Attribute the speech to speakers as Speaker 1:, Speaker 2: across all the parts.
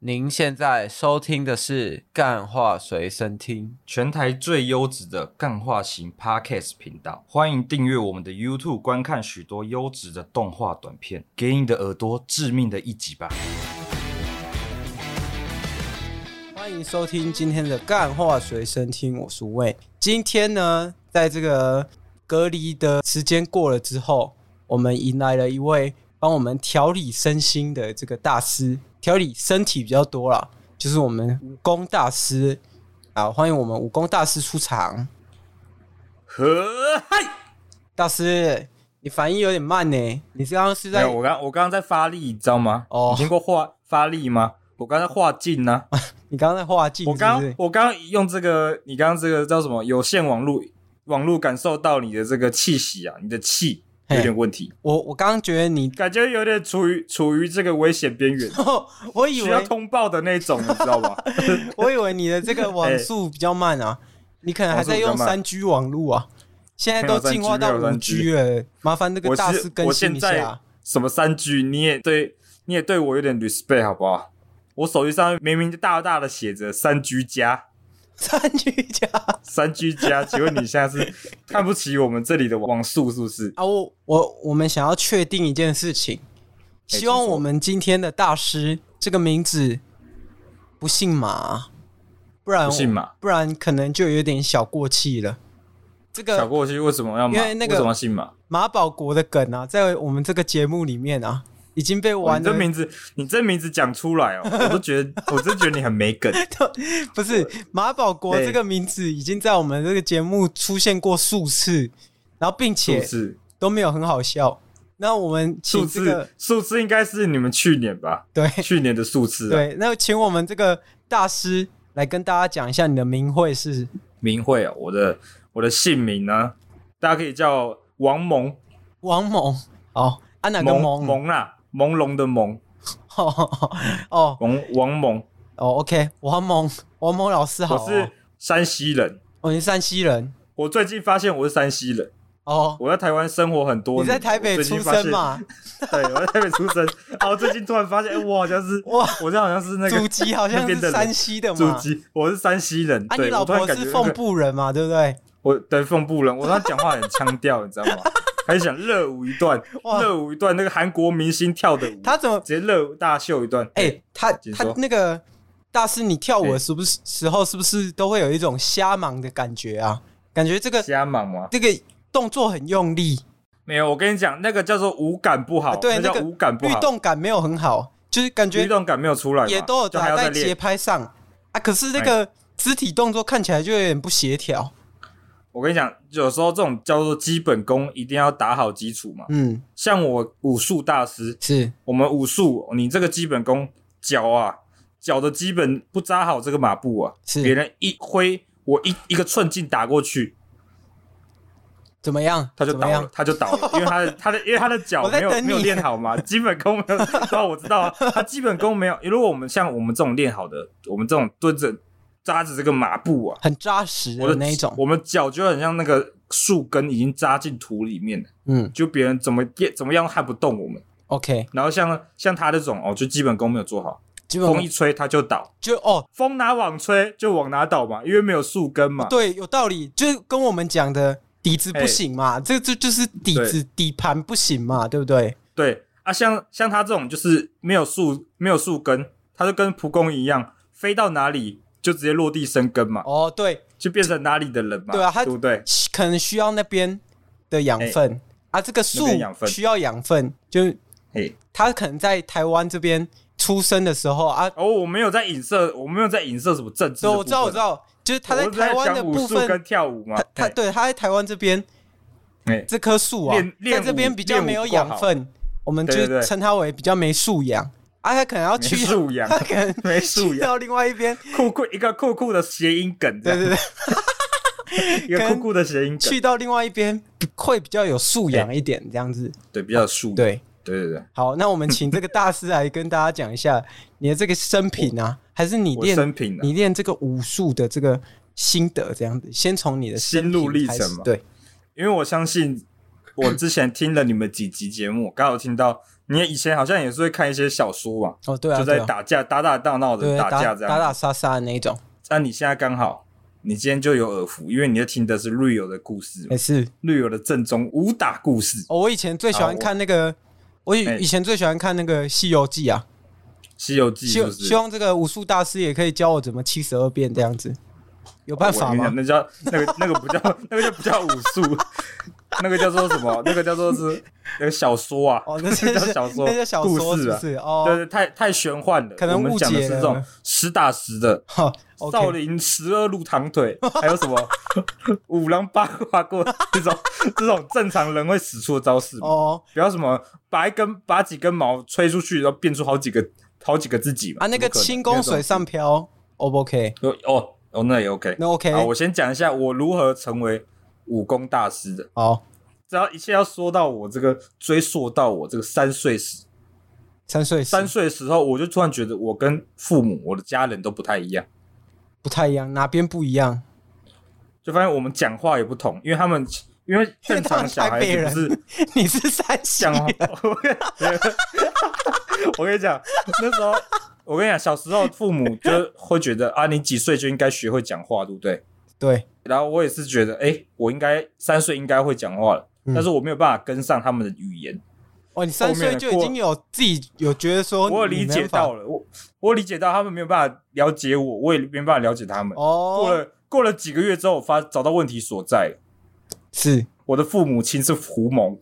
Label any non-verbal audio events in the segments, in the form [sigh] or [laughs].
Speaker 1: 您现在收听的是《干话随身听
Speaker 2: 全台最优质的干化型 Podcast 频道，欢迎订阅我们的 YouTube，观看许多优质的动画短片，给你的耳朵致命的一击吧！》，
Speaker 1: 欢迎收听今天的《干话随身听》，我是魏。今天呢，在这个隔离的时间过了之后，我们迎来了一位帮我们调理身心的这个大师，调理身体比较多啦，就是我们武功大师啊，欢迎我们武功大师出场。
Speaker 3: 呵嗨！
Speaker 1: 大师，你反应有点慢呢，你刚刚是
Speaker 3: 没
Speaker 1: 在
Speaker 3: 有，我刚我刚刚在发力，你知道吗？
Speaker 1: 哦
Speaker 3: 你听过画发力吗？我刚才画劲呢、
Speaker 1: [laughs] 你刚刚在画镜
Speaker 3: 我
Speaker 1: 是不
Speaker 3: 刚
Speaker 1: 是？
Speaker 3: 我刚用这个，你刚刚这个叫什么？有线网路网路感受到你的这个气息啊，你的气有点问题，
Speaker 1: 我我刚刚觉得你 [laughs]
Speaker 3: 感觉有点处于处于这个危险边缘，
Speaker 1: 哦，我以
Speaker 3: 需要
Speaker 1: 为
Speaker 3: 通报的那种，你知
Speaker 1: [laughs]
Speaker 3: 道吗？ [laughs]
Speaker 1: 我以为你的这个网速比较慢啊，你可能还在用
Speaker 3: 网速比较
Speaker 1: 三
Speaker 3: 慢
Speaker 1: 3G 网络啊，现在都进化到
Speaker 3: [laughs] 没有
Speaker 1: 五
Speaker 3: 3G
Speaker 1: G 了，麻烦那个
Speaker 3: 我
Speaker 1: 大师
Speaker 3: 是
Speaker 1: 更
Speaker 3: 我
Speaker 1: 新
Speaker 3: 现
Speaker 1: 一啊
Speaker 3: 在
Speaker 1: 下。
Speaker 3: 什么三 G，你也对你也对我有点 respect 好不好？我手机上面明明就大大的写着三 G 加。
Speaker 1: [laughs] 三 G 加
Speaker 3: 三
Speaker 1: [laughs]
Speaker 3: G 加，请问你现在是看不起我们这里的网速是不是？
Speaker 1: 啊，我我我们想要确定一件事情，
Speaker 3: 请
Speaker 1: 希望
Speaker 3: 说
Speaker 1: 我们今天的大师这个名字不姓马，啊不然
Speaker 3: 不信马，
Speaker 1: 不然可能就有点小过气了。这
Speaker 3: 小
Speaker 1: 个
Speaker 3: 过去为什么要马？
Speaker 1: 呃因为那个
Speaker 3: 为什么要姓马？
Speaker 1: 马保国的梗啊，在我们这个节目里面啊，已经被
Speaker 3: 哇
Speaker 1: 玩
Speaker 3: 哦你
Speaker 1: 的
Speaker 3: 这名字，你这名字讲出
Speaker 1: [laughs]
Speaker 3: 来哦，我都觉得，我真觉得你很没梗。
Speaker 1: 不是马保国这个名字已经在我们这个节目出现过数次，然后并
Speaker 3: 数
Speaker 1: 且
Speaker 3: 字，
Speaker 1: 都没有很好笑。那我们
Speaker 3: 数
Speaker 1: 请这个
Speaker 3: 字，数字应该是你们去
Speaker 1: [laughs]
Speaker 3: 年吧？
Speaker 1: 对
Speaker 3: 去年的数字、啊。，
Speaker 1: 对，那请我们这个大师来跟大家讲一下你的名讳是
Speaker 3: 名讳哦，我的我的姓名呢，大家可以叫王蒙，
Speaker 1: 王猛。好，啊哪个
Speaker 3: 蒙
Speaker 1: 猛？
Speaker 3: 蒙啦，朦胧的蒙，
Speaker 1: [laughs] 哦哦
Speaker 3: 王王蒙，
Speaker 1: 哦，OK，王猛，王猛老师好
Speaker 3: 我
Speaker 1: 哦。
Speaker 3: 是山西人。
Speaker 1: 哦，你是山西人
Speaker 3: 我最近发现我是山西人，
Speaker 1: 哦，
Speaker 3: 我在台湾生活很多
Speaker 1: 你
Speaker 3: 年，
Speaker 1: 在台北
Speaker 3: 我最
Speaker 1: 出
Speaker 3: 近发现
Speaker 1: 生？嘛？
Speaker 3: [laughs] 对，我在台北出生。啊，我最近突然发现，哎、我好像是
Speaker 1: 哇，
Speaker 3: 我这好像是那
Speaker 1: 祖
Speaker 3: 个
Speaker 1: 籍好像
Speaker 3: 那边的
Speaker 1: 是
Speaker 3: 人
Speaker 1: 山西的
Speaker 3: 祖
Speaker 1: 嘛？
Speaker 3: 籍，我是山西人。
Speaker 1: 啊，你
Speaker 3: 对，
Speaker 1: 老
Speaker 3: 我突然
Speaker 1: 婆
Speaker 3: 感觉
Speaker 1: 是凤
Speaker 3: 那个
Speaker 1: 布人嘛？对不对？
Speaker 3: 我对凤布人，我他讲话很腔调，你知道吗？还想热舞一段，
Speaker 1: [laughs] 哇
Speaker 3: 热舞一段那个韩国明星跳的舞，
Speaker 1: 他怎么
Speaker 3: 直接热舞大秀一段。
Speaker 1: 哎、他
Speaker 3: 请
Speaker 1: 他
Speaker 3: 说
Speaker 1: 那个大师，你跳舞的
Speaker 3: 哎
Speaker 1: 时不是时候是不是都会有一种瞎忙的感觉啊？感觉这个
Speaker 3: 瞎忙吗？
Speaker 1: 这个动作很用力，
Speaker 3: 没有，我跟你讲，那个叫做舞感不好，
Speaker 1: 啊对那
Speaker 3: 那叫
Speaker 1: 个
Speaker 3: 舞感不
Speaker 1: 律
Speaker 3: 好，
Speaker 1: 动感没有很好，就是感
Speaker 3: 律
Speaker 1: 觉
Speaker 3: 动感没有出来嘛，
Speaker 1: 也都有啊
Speaker 3: 就还
Speaker 1: 打
Speaker 3: 要再
Speaker 1: 在节
Speaker 3: 练。哎
Speaker 1: 拍上啊，可是那个肢体动作看起来就有点不协调。
Speaker 3: 我跟你讲，有时候这种叫做基本功，一定要打好基础嘛。
Speaker 1: 嗯，
Speaker 3: 像我武术大师，
Speaker 1: 是
Speaker 3: 我们武术，你这个基本功，脚啊，脚的基本不扎好这个马步啊，别
Speaker 1: 是，
Speaker 3: 人一挥，我一一个寸劲打过去，
Speaker 1: 怎么样？
Speaker 3: 他就
Speaker 1: 怎
Speaker 3: 倒
Speaker 1: 么
Speaker 3: 了
Speaker 1: 样？，
Speaker 3: 他就倒
Speaker 1: [laughs]
Speaker 3: 了，因为他的他的因为他的脚
Speaker 1: 我在
Speaker 3: 没有
Speaker 1: 等你
Speaker 3: 没有练好嘛，基本功没有，对啊，我知道啊，他基本功没有。如果我们像我们这种练好的，我们这种蹲着扎着这个马步啊，
Speaker 1: 很扎实
Speaker 3: 我
Speaker 1: 的
Speaker 3: 的
Speaker 1: 那一种。
Speaker 3: 我们脚就很像那个树根已经扎进土里面了，
Speaker 1: 嗯
Speaker 3: 就别人怎么练怎么样撼不动我们。
Speaker 1: ，OK，
Speaker 3: 然后像像他这种哦，就基本功没有做好，
Speaker 1: 基本
Speaker 3: 风
Speaker 1: 上
Speaker 3: 一吹他就倒。
Speaker 1: 就哦，
Speaker 3: 风哪往吹就往哪倒嘛，因为没有树根嘛。
Speaker 1: 对，有道理，就是跟我们讲的底子不
Speaker 3: 哎
Speaker 1: 行嘛，这这就是底
Speaker 3: 对
Speaker 1: 子底盘不行嘛，对不对？
Speaker 3: 对啊，像像他这种就是没有树没有树根，他就跟蒲公英一样，飞到哪里就直接落地生根嘛，
Speaker 1: 哦，对，
Speaker 3: 就变成哪里的人嘛。
Speaker 1: 对啊他
Speaker 3: 对不对？
Speaker 1: 需可能需要那边的养
Speaker 3: 哎
Speaker 1: 分、啊，这个树
Speaker 3: 那边养分
Speaker 1: 需要养分，就是
Speaker 3: 嘿，
Speaker 1: 它可能在台湾这边出生的时候啊，
Speaker 3: 哦，我没有在影射，我没有在影射什么政治的
Speaker 1: 所以
Speaker 3: 部分啊。
Speaker 1: 我知道，我知道，就是它在
Speaker 3: 我是
Speaker 1: 台湾的
Speaker 3: 讲
Speaker 1: 部
Speaker 3: 武术
Speaker 1: 分
Speaker 3: 跟，哎跳舞嘛
Speaker 1: 它。它
Speaker 3: 嘿
Speaker 1: 对它在台湾这边
Speaker 3: 哎
Speaker 1: 这棵树啊
Speaker 3: 练，
Speaker 1: 在
Speaker 3: 练
Speaker 1: 这边
Speaker 3: 武
Speaker 1: 比较
Speaker 3: 练
Speaker 1: 没有
Speaker 3: 武够
Speaker 1: 养
Speaker 3: 好
Speaker 1: 分，我们
Speaker 3: 对对
Speaker 1: 就
Speaker 3: 对
Speaker 1: 称它为比较没素养啊，它可能要
Speaker 3: 没
Speaker 1: 去，
Speaker 3: 素
Speaker 1: [laughs]
Speaker 3: 养
Speaker 1: 它，可能
Speaker 3: [laughs] 没素
Speaker 1: 去
Speaker 3: 养，
Speaker 1: 到另外一边， [laughs]
Speaker 3: 酷酷一个酷酷的谐音梗，
Speaker 1: 对
Speaker 3: [laughs]
Speaker 1: 对对。
Speaker 3: 对，一个酷酷的谐音梗，
Speaker 1: 去到另外一边会比较有素养一点，这样子。
Speaker 3: 对，比较有素养，
Speaker 1: 对，
Speaker 3: 对对对。
Speaker 1: 好，那我们请这个大师来跟大家讲一
Speaker 3: [laughs]
Speaker 1: 下你的这个生平啊，还是你
Speaker 3: 我
Speaker 1: 练
Speaker 3: 生平啊
Speaker 1: 你练这个武术的这个心得，这样子。先从你的生平
Speaker 3: 心路历
Speaker 1: 开始
Speaker 3: 程嘛
Speaker 1: 对，
Speaker 3: 因为我相信我之前听了你们几集节目，刚好听到你以前好像也是会看一些小说嘛，
Speaker 1: 哦，对啊，
Speaker 3: 就在
Speaker 1: 对啊
Speaker 3: 打架、打打闹闹的
Speaker 1: 对
Speaker 3: 打
Speaker 1: 打
Speaker 3: 架这
Speaker 1: 打
Speaker 3: 样。
Speaker 1: 打杀杀的那一种，
Speaker 3: 那、你现在刚好，你今天就有耳福，因为你在听的是 Real 的故事
Speaker 1: 也是。
Speaker 3: ，Real 的正宗武打故事，《
Speaker 1: 哦，我以前最喜欢看那个，我以
Speaker 3: 哎
Speaker 1: 以前最喜欢看那个《西游记》啊，
Speaker 3: 西游记》
Speaker 1: 希
Speaker 3: 就
Speaker 1: 望
Speaker 3: 是
Speaker 1: 希望这个武术大师也可以教我怎么七十二变这样子，有办法
Speaker 3: 哦我跟你
Speaker 1: 吗
Speaker 3: 讲？那叫那个那个不叫那个就不叫武术，那个叫做什么？那个叫做是那个小说啊，
Speaker 1: 哦，那
Speaker 3: [laughs] 那
Speaker 1: 些
Speaker 3: 叫小说，
Speaker 1: 那些小说
Speaker 3: 故
Speaker 1: 是
Speaker 3: 事
Speaker 1: 不
Speaker 3: 啊。
Speaker 1: 是？哦，
Speaker 3: 对对，太太玄幻了。
Speaker 1: 可能
Speaker 3: 我们
Speaker 1: 误
Speaker 3: 讲的
Speaker 1: 解
Speaker 3: 是这
Speaker 1: 了
Speaker 3: 种实打实的，
Speaker 1: 好
Speaker 3: 少
Speaker 1: 哦，OK，
Speaker 3: 林十二路堂腿，还有什么五郎八卦过这种这种正常人会使出的招式嘛，
Speaker 1: 哦
Speaker 3: 不要什么拔一根拔几根毛吹出去，然后变出好几个好几个自己嘛。
Speaker 1: 啊，那个
Speaker 3: 怎么可能
Speaker 1: 轻功水上漂，O 不 OK？
Speaker 3: 没有这种哦哦，那也 OK。
Speaker 1: 那 OK，
Speaker 3: 好，我先讲一下我如何成为武功大师的。
Speaker 1: 好，
Speaker 3: 只要一切要说到我这个追溯到我这个三岁时，
Speaker 1: 三岁时
Speaker 3: 三岁的时候，我就突然觉得我跟父母、我的家人都不太一样，
Speaker 1: 不太一样，哪边不一样？ [laughs]
Speaker 3: 就发现我们讲话也不同，因为他们因为正常的小孩子不是
Speaker 1: 你是三
Speaker 3: 讲啊
Speaker 1: 项
Speaker 3: 话，我跟 [laughs] 我跟你讲， [laughs] 那时候我跟你讲，小时候父母就会觉得啊，你几岁就应该学会讲话，对不对？
Speaker 1: 对，
Speaker 3: 然后我也是觉得，哎、我应该三岁应该会讲话了，
Speaker 1: 嗯
Speaker 3: 但是我没有办法跟上他们的语言。
Speaker 1: 哦，你三岁就已经有自己有觉得说，
Speaker 3: 啊我有理解到了，我我理解到他们没有办法了解我，我也没办法了解他们。过
Speaker 1: 哦，
Speaker 3: 了过了几个月之后，我发找到问题所在了，
Speaker 1: 是
Speaker 3: 我的父母亲是胡蒙，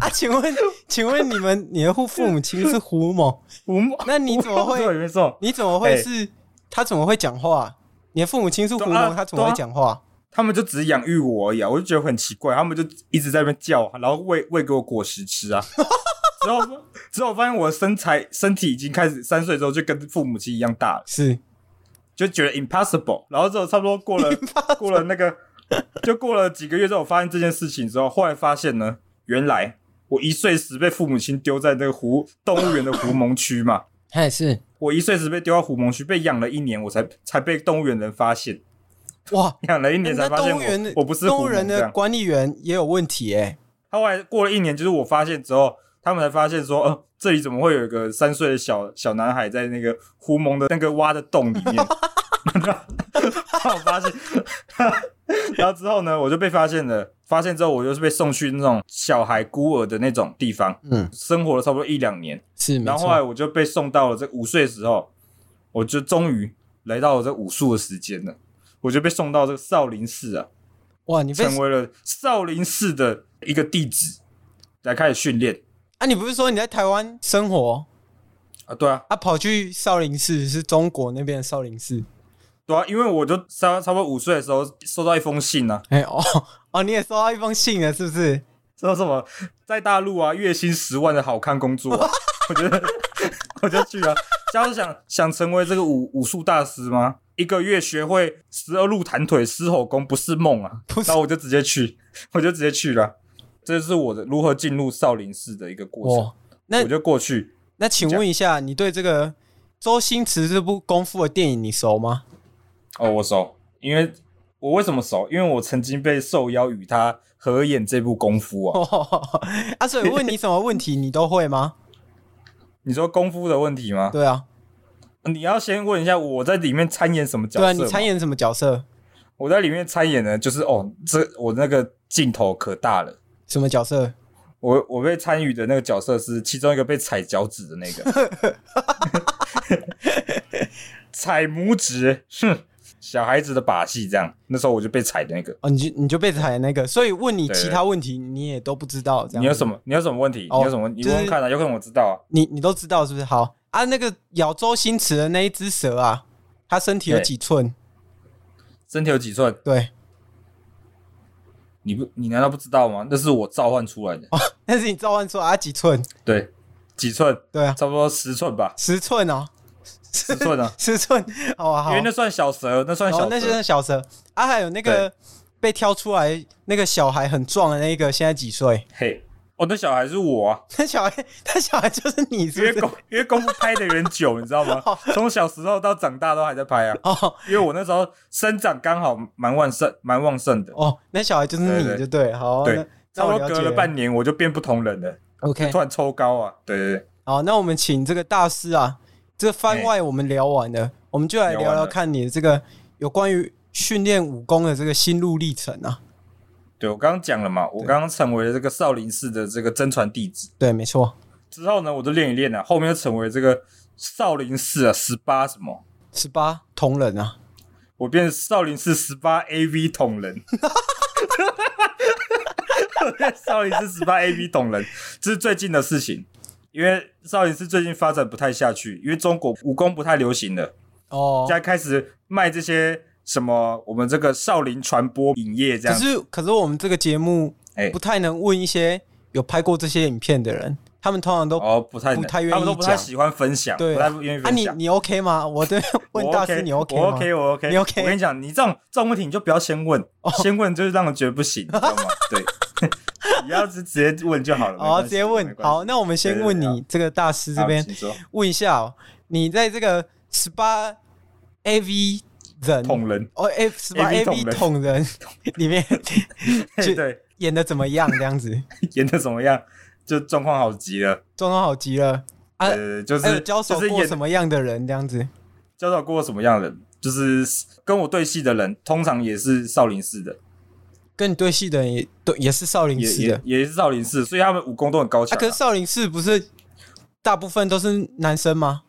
Speaker 1: 啊，请问， [laughs] 请问你们你的父父母亲是胡
Speaker 3: [laughs]
Speaker 1: 某，
Speaker 3: 胡蒙，
Speaker 1: 那你怎么会
Speaker 3: 胡蒙有人说
Speaker 1: 你怎么会是？他怎么会讲话？你的父母亲是胡
Speaker 3: 对啊
Speaker 1: 蒙，他怎么会讲话？
Speaker 3: 他们就只是养育我而已啊，我就觉得很奇怪，他们就一直在那边叫，然后喂喂给我果实
Speaker 1: [laughs]
Speaker 3: 吃啊。之后之后我发现我的身材身体已经开始三岁之后就跟父母亲一样大了，
Speaker 1: 是
Speaker 3: 就觉得 impossible。然后之后差不多过了过了那个，就过了几个月之后，我发现这件事情之后，后来发现呢，原来我一岁时被父母亲丢在那个湖动物园的狐獴区嘛，
Speaker 1: 他也哎是
Speaker 3: 我一岁时被丢到狐獴区，被养了一年，我才才被动物园人发现，
Speaker 1: 哇！
Speaker 3: 养了一年才
Speaker 1: 那
Speaker 3: 发现
Speaker 1: 动
Speaker 3: 我
Speaker 1: 物园的
Speaker 3: 我不是
Speaker 1: 动
Speaker 3: 狐
Speaker 1: 物
Speaker 3: 獴
Speaker 1: 园
Speaker 3: 这
Speaker 1: 的
Speaker 3: 样。
Speaker 1: 管理员也有问题哎、
Speaker 3: 后来过了一年，就是我发现之后，他们才发现说，呃，这里怎么会有一个三岁的小小男孩在那个狐獴的那个挖的洞
Speaker 1: [laughs]
Speaker 3: 里面？然后我发现， [laughs] 然后之后呢，我就被发现了。发现之后，我就是被送去那种小孩孤儿的那种地方
Speaker 1: 嗯，
Speaker 3: 生活了差不多一两年。
Speaker 1: 是没
Speaker 3: 然后后来
Speaker 1: 错，
Speaker 3: 我就被送到了这五岁的时候，我就终于来到了这武术的时间了。我就被送到这个少林寺啊，
Speaker 1: 哇！你被
Speaker 3: 成为了少林寺的一个弟子，来开始训练
Speaker 1: 啊，你不是说你在台湾生活
Speaker 3: 啊。对啊，
Speaker 1: 啊，跑去少林寺是中国那边的少林寺？
Speaker 3: 对啊，因为我就差差不多五岁的时候收到一封信啊，
Speaker 1: 哎、哦哦，你也收到一封信了，是不是？
Speaker 3: 说什么在大陆啊，月薪十万的好看工作、
Speaker 1: [laughs]
Speaker 3: 啊，我觉得 [laughs] 我就去了。假如想想成为这个武武术大师吗？一个月学会十二路弹腿、狮吼功不是梦啊！
Speaker 1: 不是
Speaker 3: 然后我就直接去， [laughs] 我就直接去了。这就是我的如何进入少林寺的一个过程。
Speaker 1: 哇！哎那
Speaker 3: 我就过去，
Speaker 1: 那请问一下，你对这个周星驰这部功夫的电影你熟吗？ [laughs]
Speaker 3: 哦，我熟，因为我为什么熟？因为我曾经被受邀与他合演这部功夫啊。
Speaker 1: 哦，啊，所以问你什么问题你都会
Speaker 3: [laughs]
Speaker 1: 吗？
Speaker 3: 你说功夫的问题吗？
Speaker 1: 对啊，
Speaker 3: 你要先问一下我在里面参演什么角
Speaker 1: 对
Speaker 3: 色
Speaker 1: 啊，
Speaker 3: 吗？
Speaker 1: 你参演什么角色？
Speaker 3: 我在里面参演呢，就是哦，这我那个镜头可大了。
Speaker 1: 什么角色？
Speaker 3: 我我被参与的那个角色是其中一个被踩脚趾的那个，踩拇指，哼，小孩子的把戏这样。那时候我就被踩的那个。
Speaker 1: 哦，你就你就被踩那个，所以问你
Speaker 3: 对对
Speaker 1: 其他问题你也都不知道，这样
Speaker 3: 你有
Speaker 1: 么？
Speaker 3: 什么？你有什么问题？
Speaker 1: 哦
Speaker 3: 你有什么？你问问看啊，有可能我知道啊。
Speaker 1: 你你都知道是不是？好啊，那个咬周星驰的那一只蛇啊，它身体有
Speaker 3: 对
Speaker 1: 几寸？
Speaker 3: 身体有几寸？
Speaker 1: 对，
Speaker 3: 你不，你难道不知道吗？那是我召唤出来的。
Speaker 1: 但是你召唤出来它啊几寸？
Speaker 3: 对，几寸？
Speaker 1: 对啊，，
Speaker 3: 差不多十寸吧
Speaker 1: 十寸哦，
Speaker 3: 十寸啊。
Speaker 1: 十寸，好 [laughs] 啊好
Speaker 3: 因
Speaker 1: 啊。
Speaker 3: 为那算小蛇，那算
Speaker 1: 然后
Speaker 3: 小
Speaker 1: 那
Speaker 3: 蛇。
Speaker 1: 些小蛇啊，还有那个被挑出来那个小孩很壮的那个，现在几岁？ [laughs]
Speaker 3: 嘿，哦，那小孩是我啊，
Speaker 1: 那小孩，那小孩就是你
Speaker 3: 因
Speaker 1: 是
Speaker 3: 为
Speaker 1: 不是
Speaker 3: 功？因为功夫拍的有点久，你知道吗？从小时候到长大都还在拍啊，
Speaker 1: 哦
Speaker 3: 因为我那时候生长刚好蛮旺盛，蛮旺盛的，
Speaker 1: 哦，那小孩就是
Speaker 3: 对对
Speaker 1: 你就对，好，啊
Speaker 3: 对
Speaker 1: 那
Speaker 3: 差
Speaker 1: 那
Speaker 3: 不
Speaker 1: 我
Speaker 3: 多
Speaker 1: 了
Speaker 3: 隔
Speaker 1: 解哎
Speaker 3: 了半年我就变不同人了，
Speaker 1: OK，
Speaker 3: 突然抽高啊，对对对，
Speaker 1: 好，那我们请这个大师啊，这番外我们聊完了，我们就来
Speaker 3: 哎聊
Speaker 1: 聊
Speaker 3: 完
Speaker 1: 聊
Speaker 3: 了
Speaker 1: 看你的这个有关于训练武功的这个心路历程啊。
Speaker 3: 对我刚刚讲了嘛，我刚刚成为了这个少林寺的这个真传弟子，
Speaker 1: 对，没错，
Speaker 3: 之后呢我就练一练啊，后面又成为这个少林寺啊十八什么。
Speaker 1: 十八同人啊，
Speaker 3: 我变少林寺十八 AV 捅人， [laughs] 我变少林寺十八 AV 捅人，这是最近的事情。因为少林寺最近发展不太下去，因为中国武功不太流行了，
Speaker 1: 哦
Speaker 3: 现，在开始卖这些什么我们这个少林传播影业这
Speaker 1: 可
Speaker 3: 样。
Speaker 1: 是可是我们这个节目
Speaker 3: 哎
Speaker 1: 不太能问一些有拍过这些影片的人，他们通常都
Speaker 3: 哦，不太能
Speaker 1: 不太愿意
Speaker 3: 他们都不太
Speaker 1: 讲
Speaker 3: 喜欢分享，
Speaker 1: 对
Speaker 3: 不太愿意
Speaker 1: 啊
Speaker 3: 分
Speaker 1: 你
Speaker 3: 享。
Speaker 1: 你 OK 吗？我的
Speaker 3: 我
Speaker 1: 问大
Speaker 3: OK，
Speaker 1: 师你 OK
Speaker 3: 我
Speaker 1: 吗
Speaker 3: OK，我 OK，
Speaker 1: 你 OK？哦
Speaker 3: 我跟你讲，你这种这种问题你就不要先问， [laughs] 先问就是让人觉得不行，你知道
Speaker 1: [laughs]
Speaker 3: 吗？对， [laughs] 你要是直接问就好了。没
Speaker 1: 好，
Speaker 3: 关系
Speaker 1: 直接问。好，，那我们先
Speaker 3: 对
Speaker 1: 问
Speaker 3: 对
Speaker 1: 你这个大师
Speaker 3: 没
Speaker 1: 这
Speaker 3: 关系
Speaker 1: 边
Speaker 3: 好请说
Speaker 1: 问一下、哦，你在这个十八 AV 人 [laughs]
Speaker 3: 捅人，
Speaker 1: 哦 A 十八
Speaker 3: AV
Speaker 1: AV 捅人 [laughs] 里面
Speaker 3: 对对， [laughs]
Speaker 1: 演的怎么样？这样子
Speaker 3: 演的怎么样？就状况好极了，
Speaker 1: 状况好极了啊！
Speaker 3: 呃，就
Speaker 1: 还有
Speaker 3: 是
Speaker 1: 交手
Speaker 3: 就是
Speaker 1: 过
Speaker 3: 演
Speaker 1: 什么样的人？这样子
Speaker 3: 交手过什么样的人？就是跟我对戏的人，通常也是少林寺的，
Speaker 1: 跟你对戏的人也都也是少林
Speaker 3: 也
Speaker 1: 寺的
Speaker 3: 也也是少林寺，所以他们武功都很高
Speaker 1: 啊。
Speaker 3: 强啊、
Speaker 1: 可是少林寺不是大部分都是男生吗？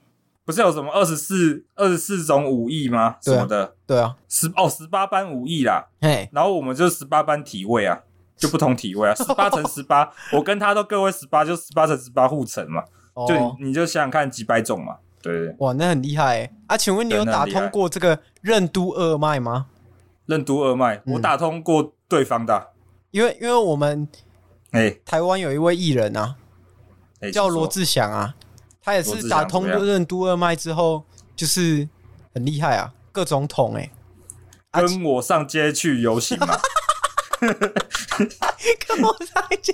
Speaker 3: 不是有什么二十四二十四种武艺吗？什
Speaker 1: 对啊
Speaker 3: 么的，
Speaker 1: 对啊，
Speaker 3: 十哦十八般武艺啦，
Speaker 1: 嘿，
Speaker 3: 然后我们就十八班体位啊，就不同体
Speaker 1: [laughs]
Speaker 3: 位啊，十八乘十八，我跟他都各位十八，就十八乘十八互乘嘛，
Speaker 1: 哦
Speaker 3: 就你你就想想看几百种嘛，对对，
Speaker 1: 哇，那很厉害欸啊！请问你有
Speaker 3: 真的
Speaker 1: 打
Speaker 3: 很厉害
Speaker 1: 通过这个任督二脉吗？
Speaker 3: 任督二脉，
Speaker 1: 嗯
Speaker 3: 我打通过对方的啊，
Speaker 1: 因为因为我们
Speaker 3: 哎
Speaker 1: 台湾有一位艺人啊，
Speaker 3: 哎
Speaker 1: 叫
Speaker 3: 请说
Speaker 1: 罗志祥啊，他也
Speaker 3: 罗
Speaker 1: 是
Speaker 3: 志
Speaker 1: 打
Speaker 3: 祥
Speaker 1: 通
Speaker 3: 怎么样
Speaker 1: 任督二脉之后，就是很厉害啊，各种捅哎、啊
Speaker 3: 跟我上街去游行
Speaker 1: [laughs]
Speaker 3: 嘛，
Speaker 1: 跟我上
Speaker 3: [laughs]
Speaker 1: 一届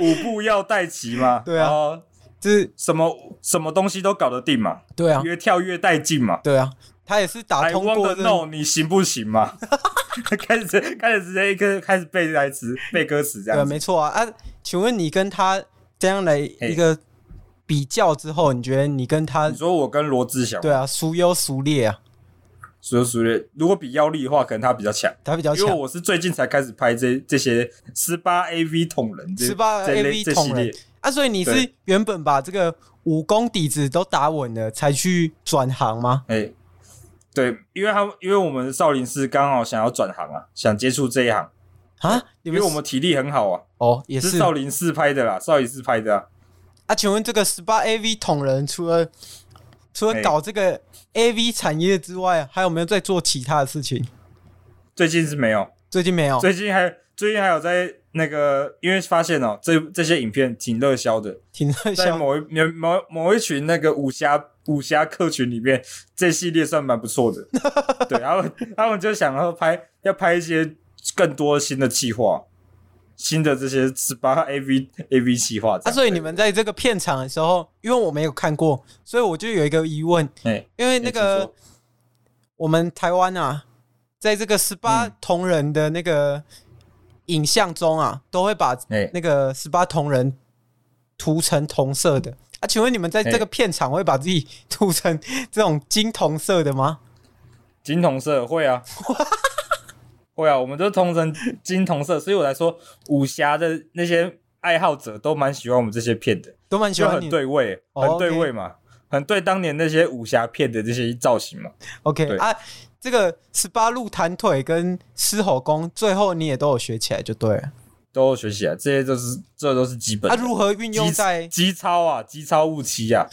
Speaker 3: 五步要带齐嘛，
Speaker 1: 对啊
Speaker 3: 然后
Speaker 1: 就是
Speaker 3: 什么什么东西都搞得定嘛，
Speaker 1: 对啊，
Speaker 3: 越跳越带劲嘛
Speaker 1: 对啊，他也是打
Speaker 3: ，I
Speaker 1: 通
Speaker 3: want
Speaker 1: 过
Speaker 3: to
Speaker 1: 这
Speaker 3: know 你行不行嘛， [laughs] 开始开始直接一个开始背台词背歌词这
Speaker 1: 对，
Speaker 3: 样子，
Speaker 1: 没错啊啊！请问你跟他这样的一
Speaker 3: 哎
Speaker 1: 个比较之后，你觉得你跟他
Speaker 3: 你说我跟罗志祥
Speaker 1: 对啊孰优孰劣啊？
Speaker 3: 所以所以如果比腰力的话，可能他比较强，
Speaker 1: 他比较
Speaker 3: 因为
Speaker 1: 强，
Speaker 3: 我是最近才开始拍这这些十八 AV 捅人这
Speaker 1: 18
Speaker 3: 这类
Speaker 1: AV
Speaker 3: 这系
Speaker 1: 捅人
Speaker 3: 列，
Speaker 1: 啊，所以你是
Speaker 3: 对
Speaker 1: 原本把这个武功底子都打稳了，才去转行吗？
Speaker 3: 哎、对，因为他们因为我们少林寺刚好想要转行啊，想接触这一行，
Speaker 1: 啊，你
Speaker 3: 哎因
Speaker 1: 们
Speaker 3: 为我们体力很好啊，
Speaker 1: 哦也
Speaker 3: 是
Speaker 1: 是
Speaker 3: 少林寺拍的啦，少林寺拍的啊，
Speaker 1: 啊，请问这个十八 AV 捅人，除了除了
Speaker 3: 哎
Speaker 1: 搞这个 AV 产业之外，还有没有在做其他的事情？
Speaker 3: 最近是没有，
Speaker 1: 最近没有
Speaker 3: 最近还最近还有在那个，因为发现哦、这这些影片挺热销的，
Speaker 1: 挺热
Speaker 3: 在
Speaker 1: 销
Speaker 3: 某一某某某一群那个武侠武侠客群里面，这系列算蛮不错的。
Speaker 1: [laughs]
Speaker 3: 对，然后他们就想要拍要拍一些更多新的企划，新的这些十八 [laughs] AV AV 企划这
Speaker 1: 啊，
Speaker 3: 样。
Speaker 1: 所以你们在这个片场的时候，因为我没有看过，所以我就有一个疑问，
Speaker 3: 哎，
Speaker 1: 因为那
Speaker 3: 哎
Speaker 1: 个我们台湾啊，在这个十八
Speaker 3: 嗯
Speaker 1: 同人的那个影像中啊，都会把
Speaker 3: 哎
Speaker 1: 那个十八同人涂成同色的啊。请问你们在
Speaker 3: 哎
Speaker 1: 这个片场会把自己涂成这种金铜色的吗？
Speaker 3: 金铜色会啊，会啊，我们都通成金铜色，所以我来说武侠的那些爱好者都蛮喜欢我们这些片的，
Speaker 1: 都蛮喜
Speaker 3: 就
Speaker 1: 欢
Speaker 3: 很
Speaker 1: 你。
Speaker 3: 对味，
Speaker 1: 哦
Speaker 3: 很对
Speaker 1: OK
Speaker 3: 味嘛，很对当年那些武侠片的这些造型嘛。
Speaker 1: OK
Speaker 3: 对
Speaker 1: 啊，这个十八路弹腿跟狮吼功，最后你也都有学起来就对了。
Speaker 3: 都有学习啊，这些都是这都是基本
Speaker 1: 啊，
Speaker 3: 的。
Speaker 1: 如何运用
Speaker 3: 基
Speaker 1: 在
Speaker 3: 基操啊，基操误期啊，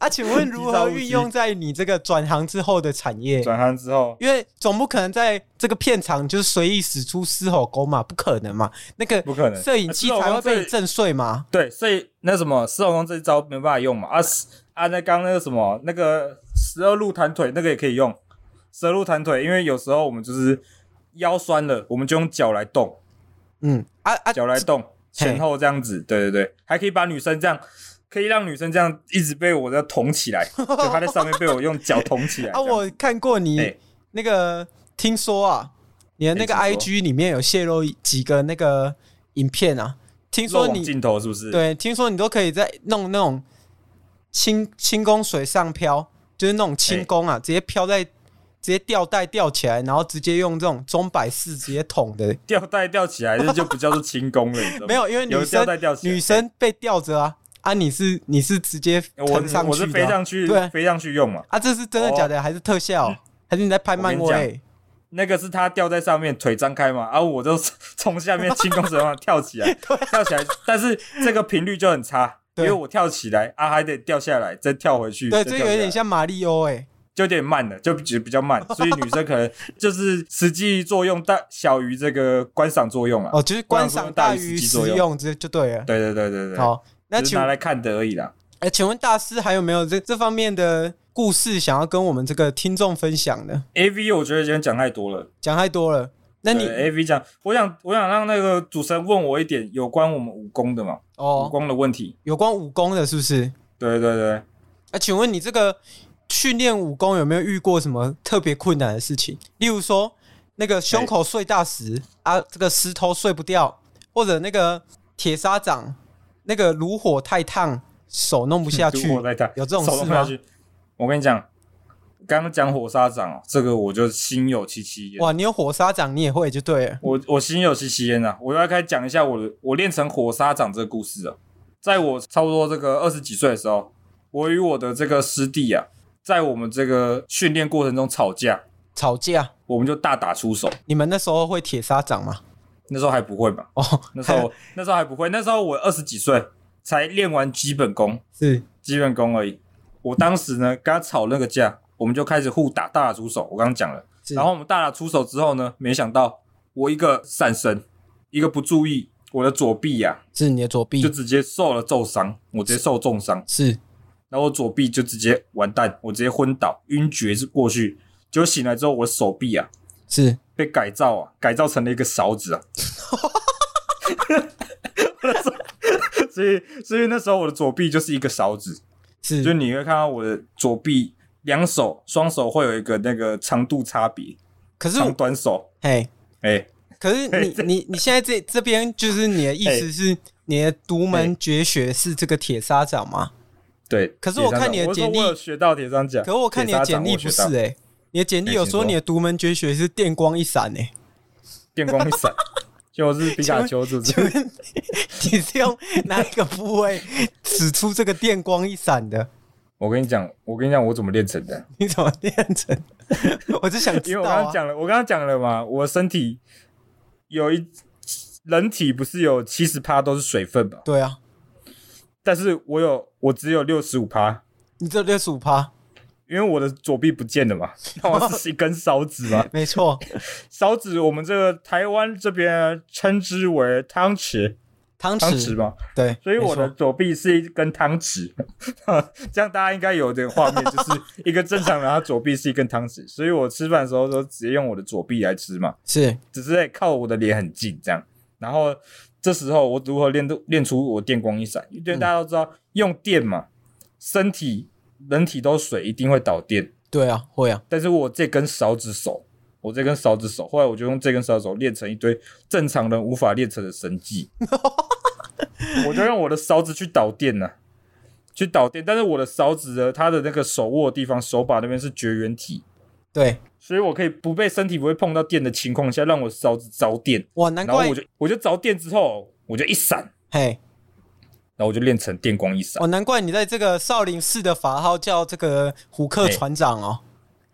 Speaker 1: 啊？请问如何运用在你这个转行之后的产业？
Speaker 3: 转行之后，
Speaker 1: 因为总不可能在这个片场就是随意使出狮吼功嘛，不可能嘛。那个
Speaker 3: 不可能啊
Speaker 1: 摄影机才会被你震碎嘛。
Speaker 3: 对，所以那什么四龙功这一招没办法用嘛，啊是啊那刚刚那个什么那个十二路弹腿那个也可以用，十二路弹腿，因为有时候我们就是腰酸了，我们就用脚来动，
Speaker 1: 嗯啊啊，
Speaker 3: 脚来动，前后这样子，对对对，还可以把女生这样，可以让女生这样一直被我的捅起来，对，她在上面被我用脚捅起来。
Speaker 1: [laughs] 啊，我看过你、
Speaker 3: 哎
Speaker 1: 那个，听说啊，你的那个
Speaker 3: 哎听
Speaker 1: IG 里面有泄露几个那个影片啊，听
Speaker 3: 漏
Speaker 1: 说
Speaker 3: 网
Speaker 1: 你
Speaker 3: 镜头是不是？，
Speaker 1: 对，听说你都可以在弄那种轻轻功水上漂，就是那种轻
Speaker 3: 哎
Speaker 1: 功啊，直接飘在。直接吊带吊起来，然后直接用这种钟摆式直接捅的，
Speaker 3: 吊带吊起来这就不叫做轻功了，你知道
Speaker 1: [laughs]
Speaker 3: 吗？
Speaker 1: 没有，因为女
Speaker 3: 有吊
Speaker 1: 生
Speaker 3: 带吊起来，
Speaker 1: 女生被吊着啊啊！你是你是直接
Speaker 3: 哎我
Speaker 1: 腾上去的啊、
Speaker 3: 我是飞上去
Speaker 1: 对，
Speaker 3: 飞上去用嘛，
Speaker 1: 啊，这是真的假的、还是特效？还是你在拍漫哎
Speaker 3: 我跟
Speaker 1: 威？
Speaker 3: 那个是她吊在上面，腿张开嘛，然、后我就 [laughs] 从下面轻功手上跳
Speaker 1: [laughs]
Speaker 3: 起来，跳起来，但是这个频率就很差。因
Speaker 1: 对
Speaker 3: 为我跳起来啊，还得掉下来，再跳回去。
Speaker 1: 对，
Speaker 3: 再
Speaker 1: 这有
Speaker 3: 跳下来
Speaker 1: 点像马里欧哎，
Speaker 3: 就有点慢了，就比比较
Speaker 1: [laughs]
Speaker 3: 慢，所以女生可能 [laughs] 就是实际作用大小于这个观赏作用啊。
Speaker 1: 哦，就是观赏大
Speaker 3: 观赏
Speaker 1: 于
Speaker 3: 于实际
Speaker 1: 实
Speaker 3: 作用
Speaker 1: 用，这就对了。
Speaker 3: 对对对对对，，
Speaker 1: 好，那
Speaker 3: 只是
Speaker 1: 请
Speaker 3: 拿来看的而已啦。
Speaker 1: 哎，请问大师还有没有这这方面的故事想要跟我们这个听众分享的？
Speaker 3: A V 我觉得今天讲太多了，
Speaker 1: 讲太多了，那你
Speaker 3: A V 讲，我想我想让那个主持人问我一点有关我们武功的嘛，武
Speaker 1: 哦，
Speaker 3: 功的问题。
Speaker 1: 有关武功的，是不是？
Speaker 3: 对对对，
Speaker 1: 啊，请问你这个训练武功有没有遇过什么特别困难的事情？例如说，那个胸口碎大石、
Speaker 3: 哎
Speaker 1: 啊，这个石头碎不掉，或者那个铁砂掌，那个炉火太烫，手弄不下去。
Speaker 3: 如果在看
Speaker 1: 有这种
Speaker 3: 手
Speaker 1: 事
Speaker 3: 动下
Speaker 1: 吗
Speaker 3: 去，我跟你讲，刚刚讲火砂掌哦，这个我就心有戚戚焉。
Speaker 1: 哇，你有火砂掌，你也会就对了。
Speaker 3: 我我心有戚戚焉啊！我要开始讲一下我的我练成火砂掌这个故事啊。在我差不多这个二十几岁的时候，我与我的这个师弟啊，在我们这个训练过程中吵架，
Speaker 1: 吵架，
Speaker 3: 我们就大打出手。
Speaker 1: 你们那时候会铁砂掌吗？
Speaker 3: 那时候还不会嘛，
Speaker 1: 哦，
Speaker 3: 那时候那时候还不会，那时候我二十几岁才练完基本功，
Speaker 1: [laughs] 是
Speaker 3: 基本功而已。我当时呢，跟他吵那个架，我们就开始互打，大打出手。我刚刚讲了，
Speaker 1: 是
Speaker 3: 然后我们大打出手之后呢，没想到我一个闪身，一个不注意，我的左臂呀、
Speaker 1: 是你的左臂
Speaker 3: 就，直接受了重伤，我直接受重伤，
Speaker 1: 是
Speaker 3: 然后我左臂就直接完蛋，我直接昏倒，晕厥是过去。结果醒来之后，我的手臂啊
Speaker 1: 是，
Speaker 3: 被改造啊，改造成了一个勺子啊。
Speaker 1: [laughs]
Speaker 3: [laughs] 所以，所以那时候我的左臂就是一个勺子，
Speaker 1: 是
Speaker 3: 就你会看到我的左臂两手双手会有一个那个长度差别，
Speaker 1: 可是
Speaker 3: 长
Speaker 1: 我
Speaker 3: 短手，
Speaker 1: 嘿，
Speaker 3: 哎、
Speaker 1: 可
Speaker 3: [laughs]
Speaker 1: 是你你你现在这这边就是你的意思是你的独门绝学是这个铁砂掌吗？
Speaker 3: 对。
Speaker 1: 可是我看你的
Speaker 3: 铁砂
Speaker 1: 简历
Speaker 3: 掌我说我有学到铁砂掌，
Speaker 1: 可是我看你的简历
Speaker 3: 铁
Speaker 1: 不
Speaker 3: 砂掌我
Speaker 1: 是
Speaker 3: 学到
Speaker 1: 哎、你的简历有说你的独门绝学是电光一闪哎、
Speaker 3: 电光一
Speaker 1: [laughs]
Speaker 3: 闪，就是皮卡丘，是不
Speaker 1: 请
Speaker 3: 是？
Speaker 1: 问 [laughs] 你是用哪一个部位使出这个电光一闪的？
Speaker 3: 我跟你讲，我跟你讲，我怎么练成的？
Speaker 1: 你怎么练成？ [laughs] 我只想知
Speaker 3: 因为
Speaker 1: 道
Speaker 3: 我
Speaker 1: 啊
Speaker 3: 刚刚。讲了，我刚刚讲了嘛，我身体有一人体不是有七十趴都是水分嘛，
Speaker 1: 对啊，
Speaker 3: 但是我有我只有六十五趴，
Speaker 1: 你这六十五趴，
Speaker 3: 因为我的左臂不见了嘛，那我是一根勺子
Speaker 1: [laughs]
Speaker 3: 嘛，
Speaker 1: 没错，
Speaker 3: 勺子我们这个台湾这边啊称之为汤匙，
Speaker 1: 汤
Speaker 3: 汤匙
Speaker 1: 匙
Speaker 3: 嘛，
Speaker 1: 对，
Speaker 3: 所以我
Speaker 1: 没
Speaker 3: 的
Speaker 1: 错
Speaker 3: 左臂是一根汤匙， [laughs] 这样大家应该有点画面，就是一个正常人，他左臂是一根汤匙，所以我吃饭的时候都直接用我的左臂来吃嘛，
Speaker 1: 是
Speaker 3: 只是在靠我的脸很近这样。然后这时候我如何练出练出我电光一闪？因为大家都知道、用电嘛，身体人体都水一定会导电，
Speaker 1: 对啊，会啊，
Speaker 3: 但是我这根勺子手，我这根勺子手，后来我就用这根勺子手练成一堆正常人无法练成的神技，我就用我的勺子去导电呢、去导电，但是我的勺子呢，它的那个手握的地方，手把那边是绝缘体，
Speaker 1: 对，
Speaker 3: 所以我可以不被身体不会碰到电的情况下，让我勺子着电，
Speaker 1: 哇，难
Speaker 3: 然后
Speaker 1: 怪
Speaker 3: 我就我就着电之后，我就一闪，
Speaker 1: 嘿，
Speaker 3: 然后我就练成电光一闪
Speaker 1: 哦，，难怪你在这个少林寺的法号叫这个虎克船长哦。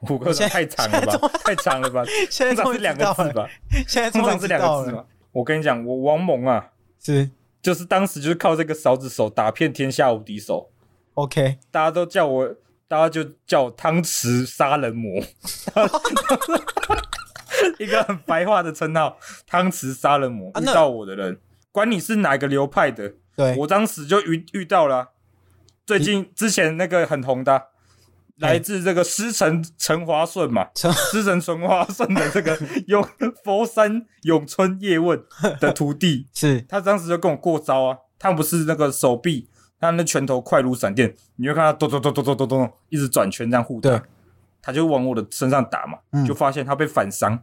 Speaker 3: 五个
Speaker 1: 现在
Speaker 3: 太长了吧，太长了吧，
Speaker 1: 现在
Speaker 3: [laughs]
Speaker 1: 终
Speaker 3: 通常
Speaker 1: 于
Speaker 3: 是
Speaker 1: 知
Speaker 3: 两个
Speaker 1: 道
Speaker 3: 字
Speaker 1: 了，
Speaker 3: 吧，
Speaker 1: 现在终
Speaker 3: 通
Speaker 1: 于
Speaker 3: 常是
Speaker 1: 知
Speaker 3: 两
Speaker 1: 道
Speaker 3: 个字
Speaker 1: 了，
Speaker 3: 吧。我跟你讲，我王蒙啊，
Speaker 1: 是
Speaker 3: 就是当时就是靠这个勺子手打遍天下无敌手，
Speaker 1: OK，
Speaker 3: 大家都叫我，大家就叫我汤匙杀人魔， [laughs] 一个很白话的称号，汤匙杀人魔。
Speaker 1: 啊
Speaker 3: 遇
Speaker 1: 那哎
Speaker 3: 到我的人，管你是哪个流派的，
Speaker 1: 对，
Speaker 3: 我当时就遇遇到了啊、最近之前那个很红的啊、来自这个师承陈华顺嘛，
Speaker 1: [laughs] 陈
Speaker 3: 师承陈华顺的这
Speaker 1: [laughs]
Speaker 3: 个永佛山永春叶问的徒弟，
Speaker 1: 是
Speaker 3: 他当时就跟我过招啊，他不是那个手臂，他那拳头快如闪电，你会看他咚咚咚咚咚咚咚一直转圈这样互打
Speaker 1: 对，
Speaker 3: 他就往我的身上打嘛，
Speaker 1: 嗯
Speaker 3: 就发现他被反伤。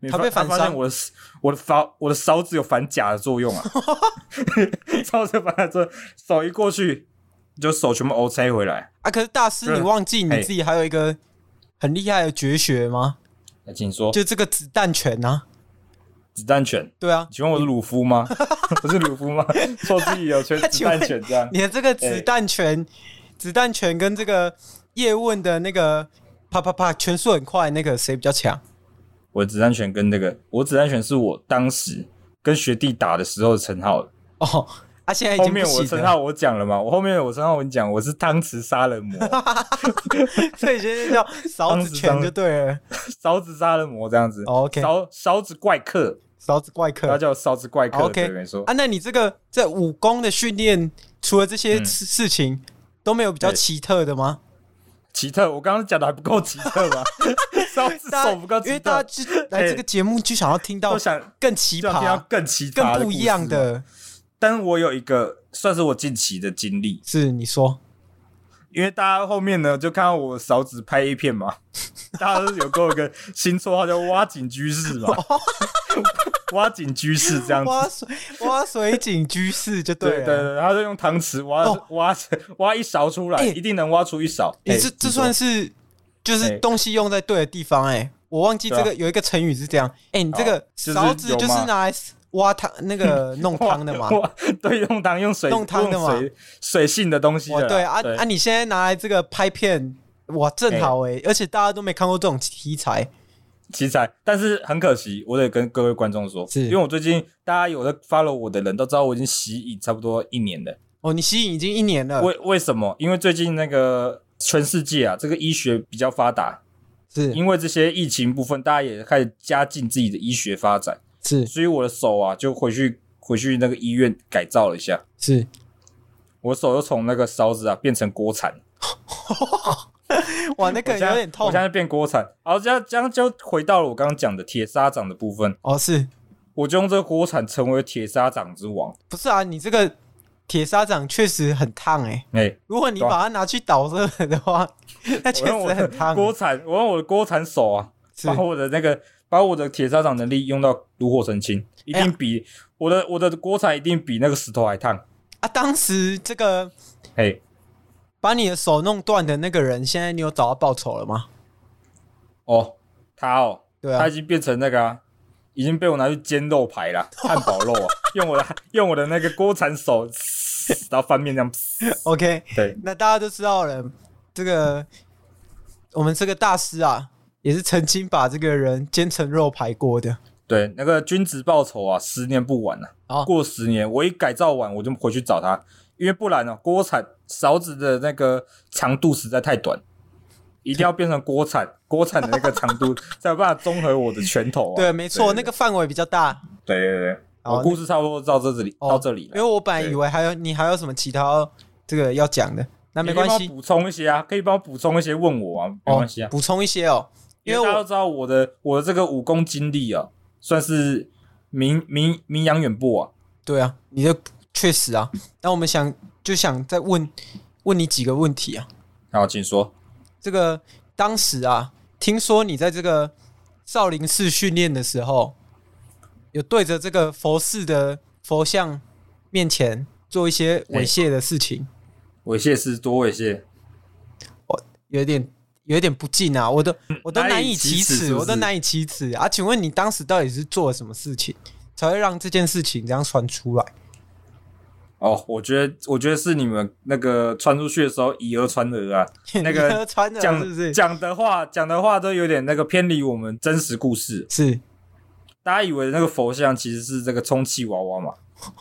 Speaker 3: 你
Speaker 1: 他
Speaker 3: 发
Speaker 1: 被反
Speaker 3: 发现
Speaker 1: 伤
Speaker 3: 我的我的勺我的勺子有反甲的作用
Speaker 1: [laughs]
Speaker 3: 啊！勺子反甲作用，手一过去，就手全部 O C 回来。
Speaker 1: 啊，可是大师，
Speaker 3: 对
Speaker 1: 你忘记你
Speaker 3: 嗯嘿
Speaker 1: 自己还有一个很厉害的绝学吗？
Speaker 3: 那请说，
Speaker 1: 就这个子弹拳啊，
Speaker 3: 子弹犬，
Speaker 1: 对啊，
Speaker 3: 请问我是鲁夫
Speaker 1: [laughs]
Speaker 3: 吗？我是鲁夫吗？说自己有全子弹犬这样，
Speaker 1: 你的这个子弹拳，子弹拳跟这个叶问的那个啪啪啪拳速很快，那个谁比较强？
Speaker 3: 我的子弹犬跟那个，我子弹犬是我当时跟学弟打的时候的称号了。
Speaker 1: 哦，啊，现在已
Speaker 3: 后
Speaker 1: 经不
Speaker 3: 面我的
Speaker 1: 行
Speaker 3: 称
Speaker 1: 了，
Speaker 3: 号我讲了嘛，我后面我称号我跟你讲，我是汤匙杀人
Speaker 1: [laughs]
Speaker 3: 魔，
Speaker 1: 所以现在叫勺子拳就对了，
Speaker 3: 勺子杀人魔这样子。
Speaker 1: 哦，OK
Speaker 3: 勺勺子怪客，
Speaker 1: 勺子怪
Speaker 3: 他
Speaker 1: 客。
Speaker 3: 叫勺子怪客。
Speaker 1: 哦，OK
Speaker 3: 对，没错。
Speaker 1: 啊，那你这个在武功的训练，除了这
Speaker 3: 嗯
Speaker 1: 些事事情，都没有比较
Speaker 3: 对
Speaker 1: 奇特的吗？
Speaker 3: 奇特，我刚刚讲的还不够奇特
Speaker 1: [laughs]
Speaker 3: 吗？勺子
Speaker 1: 大家
Speaker 3: 哎手不够
Speaker 1: 因
Speaker 3: 奇
Speaker 1: 为大
Speaker 3: 特
Speaker 1: 家，就来这个节目就想要听到
Speaker 3: 都想
Speaker 1: 更奇
Speaker 3: 就想听到
Speaker 1: 葩、
Speaker 3: 更奇葩
Speaker 1: 更不一样
Speaker 3: 故事嘛。
Speaker 1: 的，
Speaker 3: 但我有一个算是我近期的经历，
Speaker 1: 是你说
Speaker 3: 因为大家后面呢就看到我勺子拍 A
Speaker 1: [laughs]
Speaker 3: 片嘛，大家都有给我一个新绰号叫“挖井居士”
Speaker 1: [laughs]
Speaker 3: 嘛，“挖井居士”这样子。
Speaker 1: 挖水挖水井居士就
Speaker 3: 对
Speaker 1: 了。
Speaker 3: 对对，他就用汤匙挖、
Speaker 1: 哦
Speaker 3: 挖挖一勺出来，
Speaker 1: 哎
Speaker 3: 一定能挖出一勺。
Speaker 1: 你
Speaker 3: 哎
Speaker 1: 这这算
Speaker 3: 是
Speaker 1: 是就是
Speaker 3: 哎
Speaker 1: 东西用在对的地方哎、我忘记这
Speaker 3: 对
Speaker 1: 个有一个成语是这样，哎、你这
Speaker 3: 好
Speaker 1: 个
Speaker 3: 就是
Speaker 1: 勺子
Speaker 3: 有
Speaker 1: 就是
Speaker 3: 嘛
Speaker 1: 拿来挖汤那个弄汤的
Speaker 3: [laughs]
Speaker 1: 嘛，
Speaker 3: 哇，对，用汤用水
Speaker 1: 弄汤的嘛
Speaker 3: 用水水性的东西
Speaker 1: 哇
Speaker 3: 的啦。
Speaker 1: 对啊
Speaker 3: 对
Speaker 1: 啊！你现在拿来这个拍片，哇，正好哎、而且大家都没看过这种题材，
Speaker 3: 奇才，但是很可惜，我得跟各位观众说，
Speaker 1: 是
Speaker 3: 因为我最近大家有在 follow 我的人都知道我已经洗影差不多一年了。
Speaker 1: 哦，你吸引已经一年了，
Speaker 3: 为为什么？因为最近那个全世界啊，这个医学比较发达，
Speaker 1: 是
Speaker 3: 因为这些疫情部分，大家也开始加进自己的医学发展，
Speaker 1: 是
Speaker 3: 所以我的手啊就回去回去那个医院改造了一下，
Speaker 1: 是，
Speaker 3: 我手又从那个勺子啊变成锅铲，
Speaker 1: 哇，那
Speaker 3: 我
Speaker 1: 个
Speaker 3: 现在
Speaker 1: 有点
Speaker 3: 我
Speaker 1: 痛
Speaker 3: 现在变锅铲，好，这样这样就回到了我刚刚讲的铁砂掌的部分，
Speaker 1: 哦，是
Speaker 3: 我就用这个锅铲成为铁砂掌之王，
Speaker 1: 不是啊？你这个铁砂掌确实很烫哎、
Speaker 3: 哎、
Speaker 1: 如果你
Speaker 3: 对啊
Speaker 1: 把它拿去导热的
Speaker 3: [laughs]
Speaker 1: 话，那确
Speaker 3: 我用
Speaker 1: 实
Speaker 3: 我的
Speaker 1: 很烫、
Speaker 3: 锅
Speaker 1: 欸。
Speaker 3: 铲，我用我的锅铲手啊，
Speaker 1: 是
Speaker 3: 把我的那个把我的铁砂掌能力用到炉火纯青，一
Speaker 1: 哎
Speaker 3: 定比、我的我的锅铲一定比那个石头还烫。
Speaker 1: 啊，当时这个
Speaker 3: 嘿，
Speaker 1: 把你的手弄断的那个人，现在你有找到报仇了吗？
Speaker 3: 哦，他哦，
Speaker 1: 对啊
Speaker 3: 他已经变成那个、啊，已经被我拿去煎肉排了，汉堡肉啊， [laughs] 用我的用我的那个锅铲手，嘶然后翻面这样，嘶
Speaker 1: OK，
Speaker 3: 对，
Speaker 1: 那大家都知道了，这个我们这个大师啊，也是曾经把这个人煎成肉排过的。
Speaker 3: 对，那个君子报仇啊，十年不晚啊。
Speaker 1: 哦
Speaker 3: 过十年，我一改造完，我就回去找他，因为不然呢、锅铲勺子的那个长度实在太短，一定要变成锅铲，锅铲的那个长
Speaker 1: [laughs]
Speaker 3: 度才有办法综合我的拳头、啊。
Speaker 1: 对，没错，那
Speaker 3: 对
Speaker 1: 个范围比较大。
Speaker 3: 对对对，
Speaker 1: 好
Speaker 3: 我故事差不多到这里，
Speaker 1: 哦
Speaker 3: 到这里
Speaker 1: 因为
Speaker 3: 了。
Speaker 1: 我本来以为还有你还有什么其他要这个要讲的，那没关
Speaker 3: 你可以帮
Speaker 1: 系
Speaker 3: 我补充一些啊，可以帮我补充一些，问我啊，没
Speaker 1: 哦
Speaker 3: 关系啊，。
Speaker 1: 补充一些哦。因为
Speaker 3: 大家
Speaker 1: 我
Speaker 3: 都知道我的我的这个武功经历啊，算是名名名扬远播啊。
Speaker 1: 对啊，你的确实啊，那我们想就想再问问你几个问题啊。
Speaker 3: 好，请说。
Speaker 1: 这个当时啊，听说你在这个少林寺训练的时候，有对着这个佛寺的佛像面前做一些猥亵的事情，
Speaker 3: 猥亵是多猥亵。
Speaker 1: 有点有点不敬啊！我都我都难以启
Speaker 3: 嗯难以启齿是
Speaker 1: 齿，
Speaker 3: 不是
Speaker 1: 我都难以启齿啊！请问你当时到底是做了什么事情，才会让这件事情这样传出来？ [laughs]
Speaker 3: 哦，我觉得，我觉得是你们那个传出去的时候以讹传讹啊，那
Speaker 1: 你
Speaker 3: 个
Speaker 1: 喝穿的
Speaker 3: 讲
Speaker 1: 啊是不是？
Speaker 3: 讲的话，讲的话都有点那个偏离我们真实故事。
Speaker 1: 是
Speaker 3: 大家以为那个佛像其实是这个充气娃娃嘛，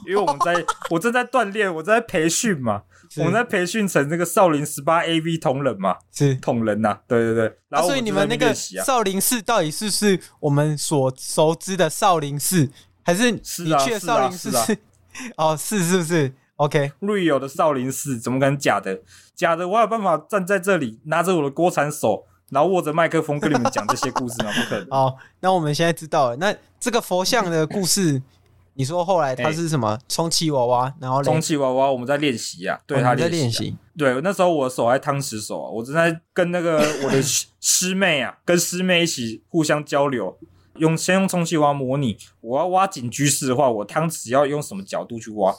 Speaker 3: 因为我们
Speaker 1: [laughs]
Speaker 3: 在我正在锻炼，我正在培训嘛，
Speaker 1: 是
Speaker 3: 我们在培训成这个少林十八 AV 同人嘛，
Speaker 1: 是。
Speaker 3: 同人呐、对对对。
Speaker 1: 啊、
Speaker 3: 然后、
Speaker 1: 所以你们那个
Speaker 3: 练习啊，
Speaker 1: 少林寺到底是不是我们所熟知的少林寺，还是你
Speaker 3: 是啊
Speaker 1: 去的
Speaker 3: 是啊
Speaker 1: 少林寺
Speaker 3: 是
Speaker 1: [laughs]
Speaker 3: 啊
Speaker 1: 是？哦，是是不是？ OK，
Speaker 3: real 的少林寺，怎么可能假的？假的，我有办法站在这里，拿着我的锅铲手，然后握着麦克风跟你们讲这些故事吗？不可能。
Speaker 1: 好，那我们现在知道了。那这个佛像的故事，你说后来它是什么？充气娃娃，然后嘞
Speaker 3: 充气娃娃，我们在练习呀、啊，对
Speaker 1: 哦
Speaker 3: 他
Speaker 1: 你在
Speaker 3: 练
Speaker 1: 练。习。
Speaker 3: 对，那时候我手还汤匙手啊，我正在跟
Speaker 1: [laughs]
Speaker 3: 那个我的师师妹啊，跟师妹一起互相交流，用先用充气娃模拟，我要挖井居士的话，我汤匙要用什么角度去挖，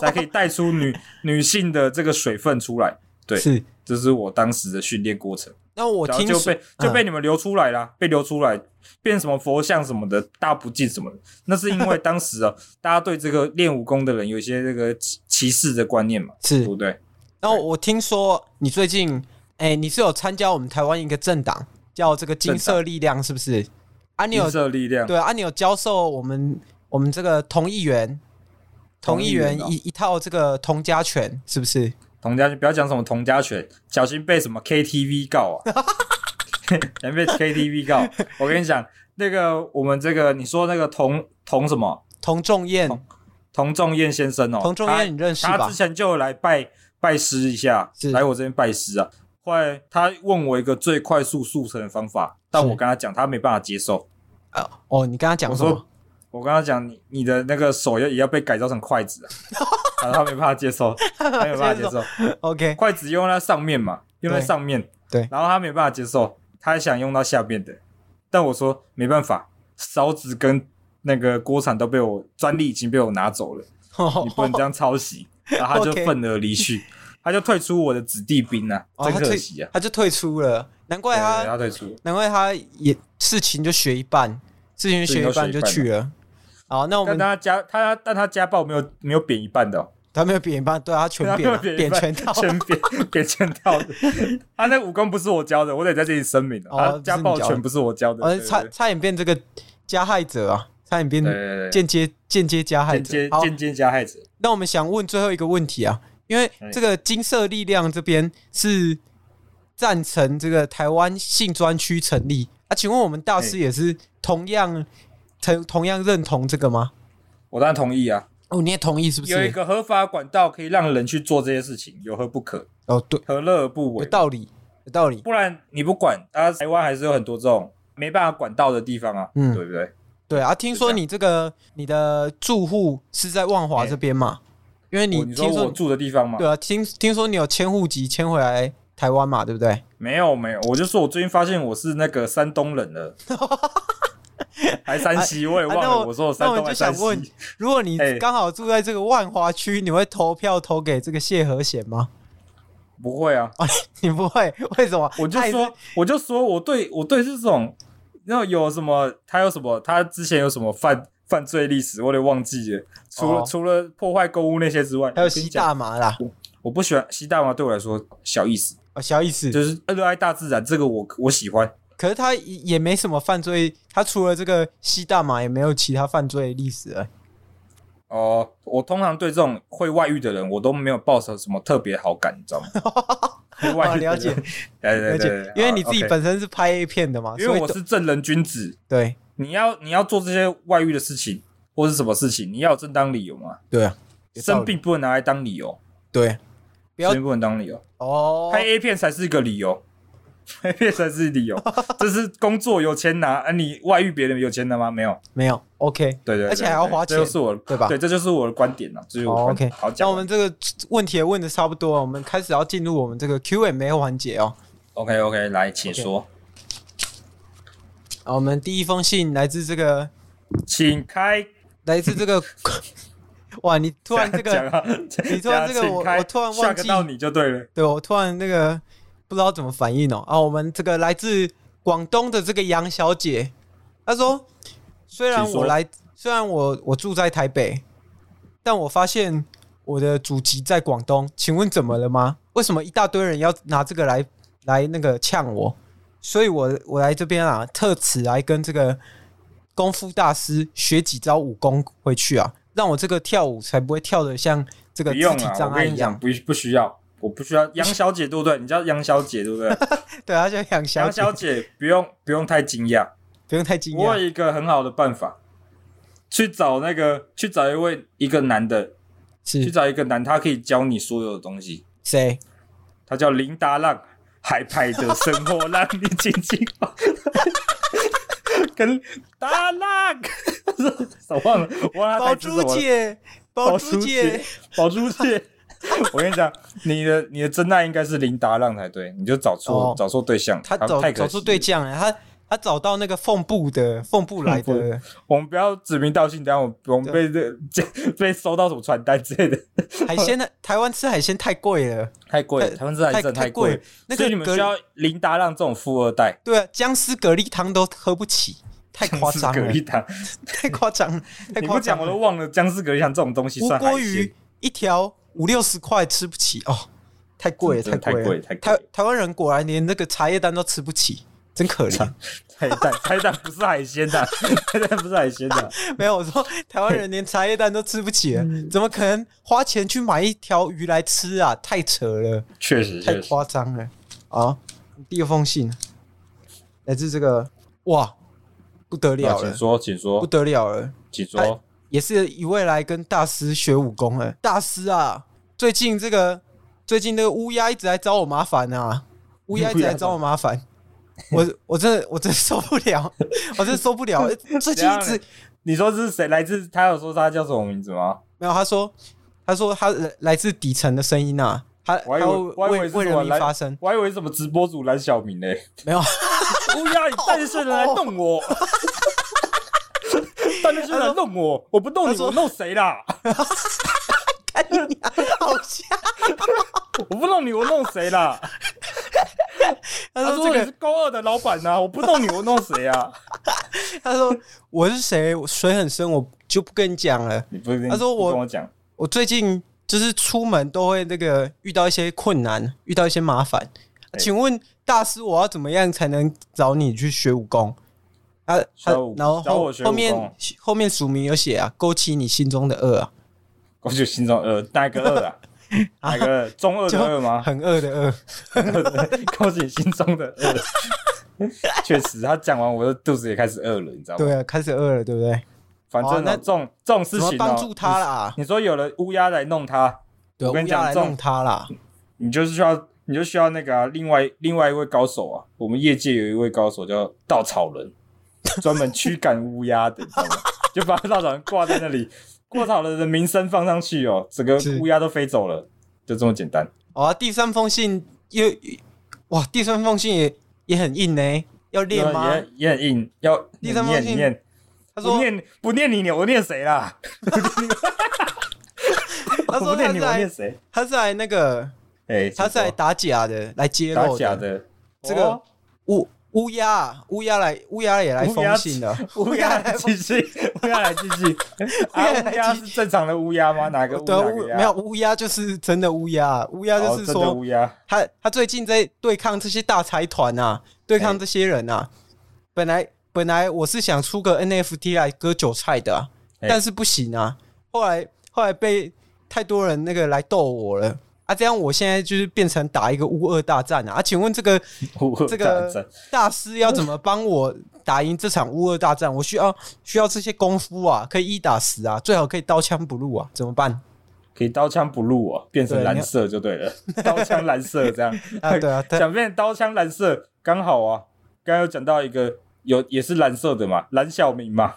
Speaker 3: 才可以带
Speaker 1: [laughs]
Speaker 3: 出女女性的这个水分出来。对
Speaker 1: 是，
Speaker 3: 这是我当时的训练过程。
Speaker 1: 那我
Speaker 3: 然后
Speaker 1: 听
Speaker 3: 就
Speaker 1: 说嗯
Speaker 3: 被就被你们流出来啦，被流出来，变什么佛像什么的，大不敬什么的。那是因
Speaker 1: [laughs]
Speaker 3: 为当时啊，大家对这个练武功的人有一些这个歧歧视的观念嘛，对
Speaker 1: 是
Speaker 3: 不对？
Speaker 1: 然后我听说你最近，哎、你是有参加我们台湾一个政党，叫这个金色力量，是不是？啊，你有
Speaker 3: 金色力量，
Speaker 1: 对啊，你有教授我们我们这个同议员，同
Speaker 3: 同
Speaker 1: 议
Speaker 3: 议
Speaker 1: 员
Speaker 3: 员
Speaker 1: 一、
Speaker 3: 哦
Speaker 1: 一套这个同家拳，是不是？
Speaker 3: 童家不要讲什么童家拳，小心被什么 KTV 告
Speaker 1: [laughs]
Speaker 3: 啊！能被 KTV 告，我跟你讲，那个我们这个你说那个童童什么
Speaker 1: 童仲彦，
Speaker 3: 童仲彦先生哦，
Speaker 1: 童仲
Speaker 3: 他
Speaker 1: 彦你认识
Speaker 3: 他
Speaker 1: 吧
Speaker 3: 之？前就有来拜拜师一下
Speaker 1: 是，
Speaker 3: 来我这边拜师啊。后来他问我一个最快速速成的方法，但
Speaker 1: 是
Speaker 3: 我跟他讲，他没办法接受。
Speaker 1: 啊哦，你跟他讲
Speaker 3: 我
Speaker 1: 什么
Speaker 3: 说？，我跟他讲，你你的那个手要也要被改造成
Speaker 1: [laughs]
Speaker 3: 筷子啊。他说他没办法接受，他没办法接受。
Speaker 1: OK，
Speaker 3: 筷子用在上面嘛，用在上面，
Speaker 1: 对
Speaker 3: 然后他没办法接受，他想用到下面的，但我说没办法，勺子跟那个锅铲都被我专利已经被我拿走了。
Speaker 1: 哦
Speaker 3: 你不能这样抄袭。然后他就
Speaker 1: [laughs] OK
Speaker 3: 愤而离去，他就退出我的子弟兵啊，
Speaker 1: 哦
Speaker 3: 真
Speaker 1: 他
Speaker 3: 可
Speaker 1: 退
Speaker 3: 惜啊！
Speaker 1: 他就退出了，难怪
Speaker 3: 对，
Speaker 1: 他
Speaker 3: 他退出。
Speaker 1: 难怪他也事情就学一半，事情就学一半就去了。好，那我
Speaker 3: 但
Speaker 1: 们
Speaker 3: 他家他但他家暴没有没有扁一半的、哦，
Speaker 1: 他没有扁一半，对啊他全
Speaker 3: 他没
Speaker 1: 扁
Speaker 3: 有
Speaker 1: 了，
Speaker 3: 扁一
Speaker 1: 扁
Speaker 3: 半
Speaker 1: 全套。啊 [laughs]
Speaker 3: 全扁扁全套的。他那武功不是我教的，我得在这里声明
Speaker 1: 哦
Speaker 3: 啊，他家暴拳不是我教的，
Speaker 1: 我
Speaker 3: 对
Speaker 1: 哦差
Speaker 3: 对
Speaker 1: 差点变这个加害者啊，差点变
Speaker 3: 对对对对，
Speaker 1: 间接间接加害
Speaker 3: 间
Speaker 1: 者
Speaker 3: 接。
Speaker 1: 好，
Speaker 3: 间接加害者。
Speaker 1: 那我们想问最后一个问题啊，因为这个金色力量这边是赞成这个台湾性专区成立啊，请问我们大师也是同样同同样认同这个吗？
Speaker 3: 我当然同意啊，
Speaker 1: 哦，你也同意是不
Speaker 3: 有一
Speaker 1: 是？
Speaker 3: 个合法管道可以让人去做这些事情，有何不可？
Speaker 1: 哦，对，
Speaker 3: 何乐而不
Speaker 1: 有
Speaker 3: 为？
Speaker 1: 道理，有道理。
Speaker 3: 不然你不管，啊，台湾还是有很多这种没办法管到的地方啊，
Speaker 1: 嗯
Speaker 3: 对不对？
Speaker 1: 对啊，听说
Speaker 3: 这样
Speaker 1: 你这个你的住户是在万华这边嘛？因为
Speaker 3: 我
Speaker 1: 你
Speaker 3: 你
Speaker 1: 听
Speaker 3: 说
Speaker 1: 说
Speaker 3: 我住的地方吗？
Speaker 1: 对啊，听听说你有迁户籍迁回来台湾嘛，对不对？
Speaker 3: 没有没有，我就说我最近发现我是那个山东人
Speaker 1: [laughs]
Speaker 3: 了，还山西，我也忘
Speaker 1: 啊那
Speaker 3: 了。
Speaker 1: 我
Speaker 3: 我说我山
Speaker 1: 那
Speaker 3: 东
Speaker 1: 我
Speaker 3: 还
Speaker 1: 就
Speaker 3: 山
Speaker 1: 想问
Speaker 3: 西，
Speaker 1: 如果你
Speaker 3: 哎
Speaker 1: 刚好住在这个万华区，你会投票投给这个谢和弦吗？
Speaker 3: 不会啊，
Speaker 1: 你不会，为什么？
Speaker 3: 我就
Speaker 1: 哦他也是
Speaker 3: 说我就说我对我对这种，那有什么他有什么他之前有什么犯犯罪历史，我得忘记了。除了、
Speaker 1: 哦
Speaker 3: 除了破坏公屋那些之外，
Speaker 1: 还有
Speaker 3: 我跟你
Speaker 1: 吸
Speaker 3: 讲，
Speaker 1: 大麻啦，
Speaker 3: 我不喜欢吸大麻，对我来说小意思，
Speaker 1: 哦，小意思。
Speaker 3: 就是热爱大自然，这个我我喜欢。
Speaker 1: 可是他也也没什么犯罪，他除了这个吸大麻，也没有其他犯罪历史了。
Speaker 3: 哦、我通常对这种会外遇的人，我都没有抱什什么特别好感，你
Speaker 1: [laughs]
Speaker 3: 知道吗？会外遇的人
Speaker 1: 哦了解，
Speaker 3: 对对
Speaker 1: 而
Speaker 3: 对
Speaker 1: 且
Speaker 3: 对，啊
Speaker 1: 因为你自己
Speaker 3: 好，OK
Speaker 1: 本身是拍 A 片的嘛，
Speaker 3: 因
Speaker 1: 所
Speaker 3: 为
Speaker 1: 以
Speaker 3: 我
Speaker 1: 都
Speaker 3: 是正人君子，
Speaker 1: 对
Speaker 3: 你要你要做这些外遇的事情或是什么事情，你要有正当理由嘛。
Speaker 1: 对啊，有道理
Speaker 3: 生病不能拿来当理由，
Speaker 1: 对不要
Speaker 3: 生病不能当理由，
Speaker 1: 哦，
Speaker 3: 拍 A 片才是一个理由。 [laughs] 拍 A 片才是理
Speaker 1: [laughs]
Speaker 3: 由，这是工作有钱拿，啊，你外遇别人有钱拿吗？没有，
Speaker 1: 没有 OK。
Speaker 3: 对对，对
Speaker 1: 而且还要花钱
Speaker 3: 对这就是我的，
Speaker 1: 对吧
Speaker 3: 对，这就是我的观点啊了，这就是我的
Speaker 1: 哦
Speaker 3: 观
Speaker 1: ，OK，
Speaker 3: 点。好，
Speaker 1: 那
Speaker 3: 讲
Speaker 1: 我
Speaker 3: 完
Speaker 1: 们这个问题也问的差不多了，我们开始要进入我们这个 Q&A 环节哦。
Speaker 3: OK OK，来，请说，
Speaker 1: 啊，我们第一封信来自这个，
Speaker 3: 请开。
Speaker 1: 来自这个， [laughs] 哇，你突然这
Speaker 3: 讲
Speaker 1: 个，
Speaker 3: 啊，
Speaker 1: 你突然这个
Speaker 3: 讲
Speaker 1: 我
Speaker 3: 啊请开
Speaker 1: 我突然忘记
Speaker 3: shock 到你就对了。
Speaker 1: 对我突然那个不知道怎么反应哦。啊，我们这个来自广东的这个杨小姐，她说，虽然
Speaker 3: 请说
Speaker 1: 我来，虽然我我住在台北，但我发现我的祖籍在广东，请问怎么了吗？为什么一大堆人要拿这个来来那个呛我？所以我我来这边啊，特此来跟这个功夫大师学几招武功回去啊，让我这个跳舞才不会跳的像这个
Speaker 3: 不
Speaker 1: 肢
Speaker 3: 用
Speaker 1: 体
Speaker 3: 了，
Speaker 1: 障
Speaker 3: 我
Speaker 1: 碍
Speaker 3: 跟
Speaker 1: 一
Speaker 3: 你
Speaker 1: 样
Speaker 3: 讲，。不不需要，我不
Speaker 1: [laughs]
Speaker 3: 需要。杨小姐对不对？你叫杨小姐对不对？
Speaker 1: 对，他叫杨小
Speaker 3: 杨
Speaker 1: 姐，
Speaker 3: 小姐不用不用太惊讶，
Speaker 1: 不用太惊
Speaker 3: 我
Speaker 1: 讶。
Speaker 3: 有一个很好的办法，去找那个去找一位一个男的，去
Speaker 1: 是
Speaker 3: 找一个男，他可以教你所有的东西。
Speaker 1: 谁？
Speaker 3: 他叫林达浪，海派的生活让你尽情放。 [laughs] 跟达浪， [laughs] 我忘了，我忘了他
Speaker 1: 宝
Speaker 3: 台词
Speaker 1: 珠
Speaker 3: 是什么了
Speaker 1: 姐，宝珠姐，， [laughs]
Speaker 3: 宝珠姐。我跟你讲，你的你的真爱应该是林达浪才对，你就找错、
Speaker 1: 哦
Speaker 3: 找错对象，
Speaker 1: 她
Speaker 3: 他
Speaker 1: 找
Speaker 3: 太可惜
Speaker 1: 找
Speaker 3: 了
Speaker 1: 出对象了，她她找到那个缝布的缝布来
Speaker 3: 缝 [laughs]
Speaker 1: 的，
Speaker 3: 我们不要指名道姓，等一下我们我们被这被收到什么传单之类的，
Speaker 1: 海鲜的台湾吃海鲜太贵了，
Speaker 3: 太贵了，
Speaker 1: [laughs] 太
Speaker 3: 台湾这还真的
Speaker 1: 太
Speaker 3: 太
Speaker 1: 贵
Speaker 3: 贵
Speaker 1: 了
Speaker 3: 了，
Speaker 1: 那
Speaker 3: 所以
Speaker 1: 个
Speaker 3: 你们
Speaker 1: 蛤
Speaker 3: 需要林达浪这种富二代，
Speaker 1: 对啊，姜丝蛤蜊汤都喝不起， [laughs] 太夸张
Speaker 3: [laughs] 姜丝
Speaker 1: 了
Speaker 3: 蛤，蜊汤，
Speaker 1: 太夸张了，太
Speaker 3: 你
Speaker 1: 夸
Speaker 3: 不讲
Speaker 1: 张
Speaker 3: 我
Speaker 1: 了
Speaker 3: 都。忘了姜丝蛤蜊汤这种东西
Speaker 1: 无
Speaker 3: 算海
Speaker 1: 锅
Speaker 3: 鲜
Speaker 1: 鱼，一条五六十块吃不起哦，太贵了，
Speaker 3: 真的
Speaker 1: 贵了，
Speaker 3: 嗯太贵太贵
Speaker 1: 台
Speaker 3: 了
Speaker 1: 台湾人果然连那个茶叶蛋都吃不起，真可怜。
Speaker 3: 海 [laughs] 胆海胆不是海鲜 [laughs] 的，海胆不是海鲜啊的，
Speaker 1: 没有，我说台湾人连茶叶蛋都吃不起了，怎么可能花钱去买一条鱼来吃啊？太扯了，
Speaker 3: 确实
Speaker 1: 太
Speaker 3: 确实，
Speaker 1: 夸张了。好，第二封信来自这个，哇，不得
Speaker 3: 那
Speaker 1: 了
Speaker 3: 请
Speaker 1: 了，
Speaker 3: 说请
Speaker 1: 不
Speaker 3: 说
Speaker 1: 得了了。
Speaker 3: 请
Speaker 1: 哎
Speaker 3: 说，
Speaker 1: 也是一位来跟大师学武功的大师啊。最近这个最近那个乌鸦一直来找我麻烦啊，乌鸦一直来找我麻烦，我我真的我真的受不了，我真的受不 [laughs] 了。最近一
Speaker 3: 怎
Speaker 1: 直
Speaker 3: 样你说是谁来自？他有说他叫什么名字吗？
Speaker 1: 没有他说他说他来来自底层的声音啊，他
Speaker 3: 我还以
Speaker 1: 他
Speaker 3: 为我还以
Speaker 1: 为
Speaker 3: 为是
Speaker 1: 为
Speaker 3: 什么
Speaker 1: 人民
Speaker 3: 蓝
Speaker 1: 发声，
Speaker 3: 我还以为是什么直播主蓝小明呢、
Speaker 1: 没有 [laughs]
Speaker 3: 乌鸦，你带着睡人来弄我，带着睡人来弄我，我不弄
Speaker 1: 他
Speaker 3: 你，
Speaker 1: 说
Speaker 3: 我弄谁啦？
Speaker 1: 看你啊好像
Speaker 3: 我不弄你，我弄谁啦？
Speaker 1: 他
Speaker 3: 他
Speaker 1: 说
Speaker 3: 说你
Speaker 1: 这
Speaker 3: 是高二的老板呐、啊我不弄你，我弄谁啊？
Speaker 1: 个他说我是谁，我水很深，我就不跟你讲了。
Speaker 3: 你不是
Speaker 1: 他说我
Speaker 3: 不跟我讲，
Speaker 1: 我最近就是出门都会那个遇到一些困难，遇到一些麻烦。
Speaker 3: 对
Speaker 1: 请问大师，我要怎么样才能找你去学武功？啊，他
Speaker 3: 找我
Speaker 1: 然后
Speaker 3: 找
Speaker 1: 后
Speaker 3: 我学武
Speaker 1: 后
Speaker 3: 功
Speaker 1: 面后面署名有写啊，勾起你心中的恶啊，
Speaker 3: 我就心中呃，哪一个二啊？哪一个二中二的二吗？ [laughs]
Speaker 1: 很恶的恶。
Speaker 3: 恭喜你心中的二。确实，他讲完我的肚子也开始饿了，你知道吗？
Speaker 1: 对啊，开始恶了，对不对？
Speaker 3: 反正
Speaker 1: 好那
Speaker 3: 呢，这种这种事
Speaker 1: 怎么
Speaker 3: 情哦
Speaker 1: 帮助他啦？
Speaker 3: 你说有了乌鸦来弄他，
Speaker 1: 对啊，
Speaker 3: 我跟
Speaker 1: 乌
Speaker 3: 你
Speaker 1: 鸦
Speaker 3: 讲
Speaker 1: 来
Speaker 3: 这种
Speaker 1: 弄他啦。
Speaker 3: 你就是需要，你就需要那个、啊、另外另外一位高手啊。我们业界有一位高手叫稻草人，专门驱赶乌鸦的，你知道吗？就把稻草人挂在那里，稻草人的名声放上去哦，整个
Speaker 1: 是
Speaker 3: 乌鸦都飞走了，就这么简单。
Speaker 1: 好啊，第三封信又哇，第三封信也也很硬呢、要练吗？
Speaker 3: 啊也也很硬，要
Speaker 1: 第
Speaker 3: 你
Speaker 1: 三封
Speaker 3: 念
Speaker 1: 信
Speaker 3: 你念，
Speaker 1: 他
Speaker 3: 不
Speaker 1: 说
Speaker 3: 念不念你，我念谁啦？
Speaker 1: 他
Speaker 3: 我
Speaker 1: 说
Speaker 3: 不念
Speaker 1: 他
Speaker 3: 你，
Speaker 1: 是
Speaker 3: 我念
Speaker 1: 来
Speaker 3: 谁？
Speaker 1: 他是来那个
Speaker 3: 哎，
Speaker 1: 他是来
Speaker 3: 在
Speaker 1: 打假的，来揭
Speaker 3: 打
Speaker 1: 露
Speaker 3: 假的，
Speaker 1: 这个
Speaker 3: 哦
Speaker 1: 乌乌鸦啊，乌鸦来，乌鸦也来
Speaker 3: 乌鸦
Speaker 1: 封信 [laughs] 了。
Speaker 3: 乌鸦来继续，乌鸦来继
Speaker 1: [laughs]
Speaker 3: 续。啊，
Speaker 1: 乌鸦来
Speaker 3: 乌鸦
Speaker 1: 继
Speaker 3: 是正常的乌鸦吗？哪个乌
Speaker 1: 对啊，
Speaker 3: 鸦？
Speaker 1: 乌
Speaker 3: 哪个
Speaker 1: 没有
Speaker 3: 鸦，
Speaker 1: 乌鸦就是真的乌鸦，乌鸦就
Speaker 3: 哦
Speaker 1: 是
Speaker 3: 真的
Speaker 1: 说
Speaker 3: 乌鸦。 [laughs]
Speaker 1: 他他最近在对抗这些大财团啊，对抗
Speaker 3: 哎
Speaker 1: 这些人啊。本来本来我是想出个 NFT 来割韭菜的啊、
Speaker 3: 哎
Speaker 1: 但是不行啊。后来后来被太多人那个来斗我了啊，这样我现在就是变成打一个乌二大战啊。啊请问这个
Speaker 3: 乌
Speaker 1: 这
Speaker 3: 战争
Speaker 1: 个大师要怎么帮我打赢这场乌俄大战？我需要需要这些功夫啊，可以一打十啊，最好可以刀枪不入啊，怎么办？
Speaker 3: 可以刀枪不入哦，变成
Speaker 1: 对你
Speaker 3: 蓝
Speaker 1: 要。
Speaker 3: 色就对了，刀枪蓝色这样
Speaker 1: [laughs] 啊对啊对
Speaker 3: 想变刀枪蓝色刚好啊，刚刚有讲到一个。有也是蓝色的嘛，蓝小
Speaker 1: [laughs]
Speaker 3: 明嘛。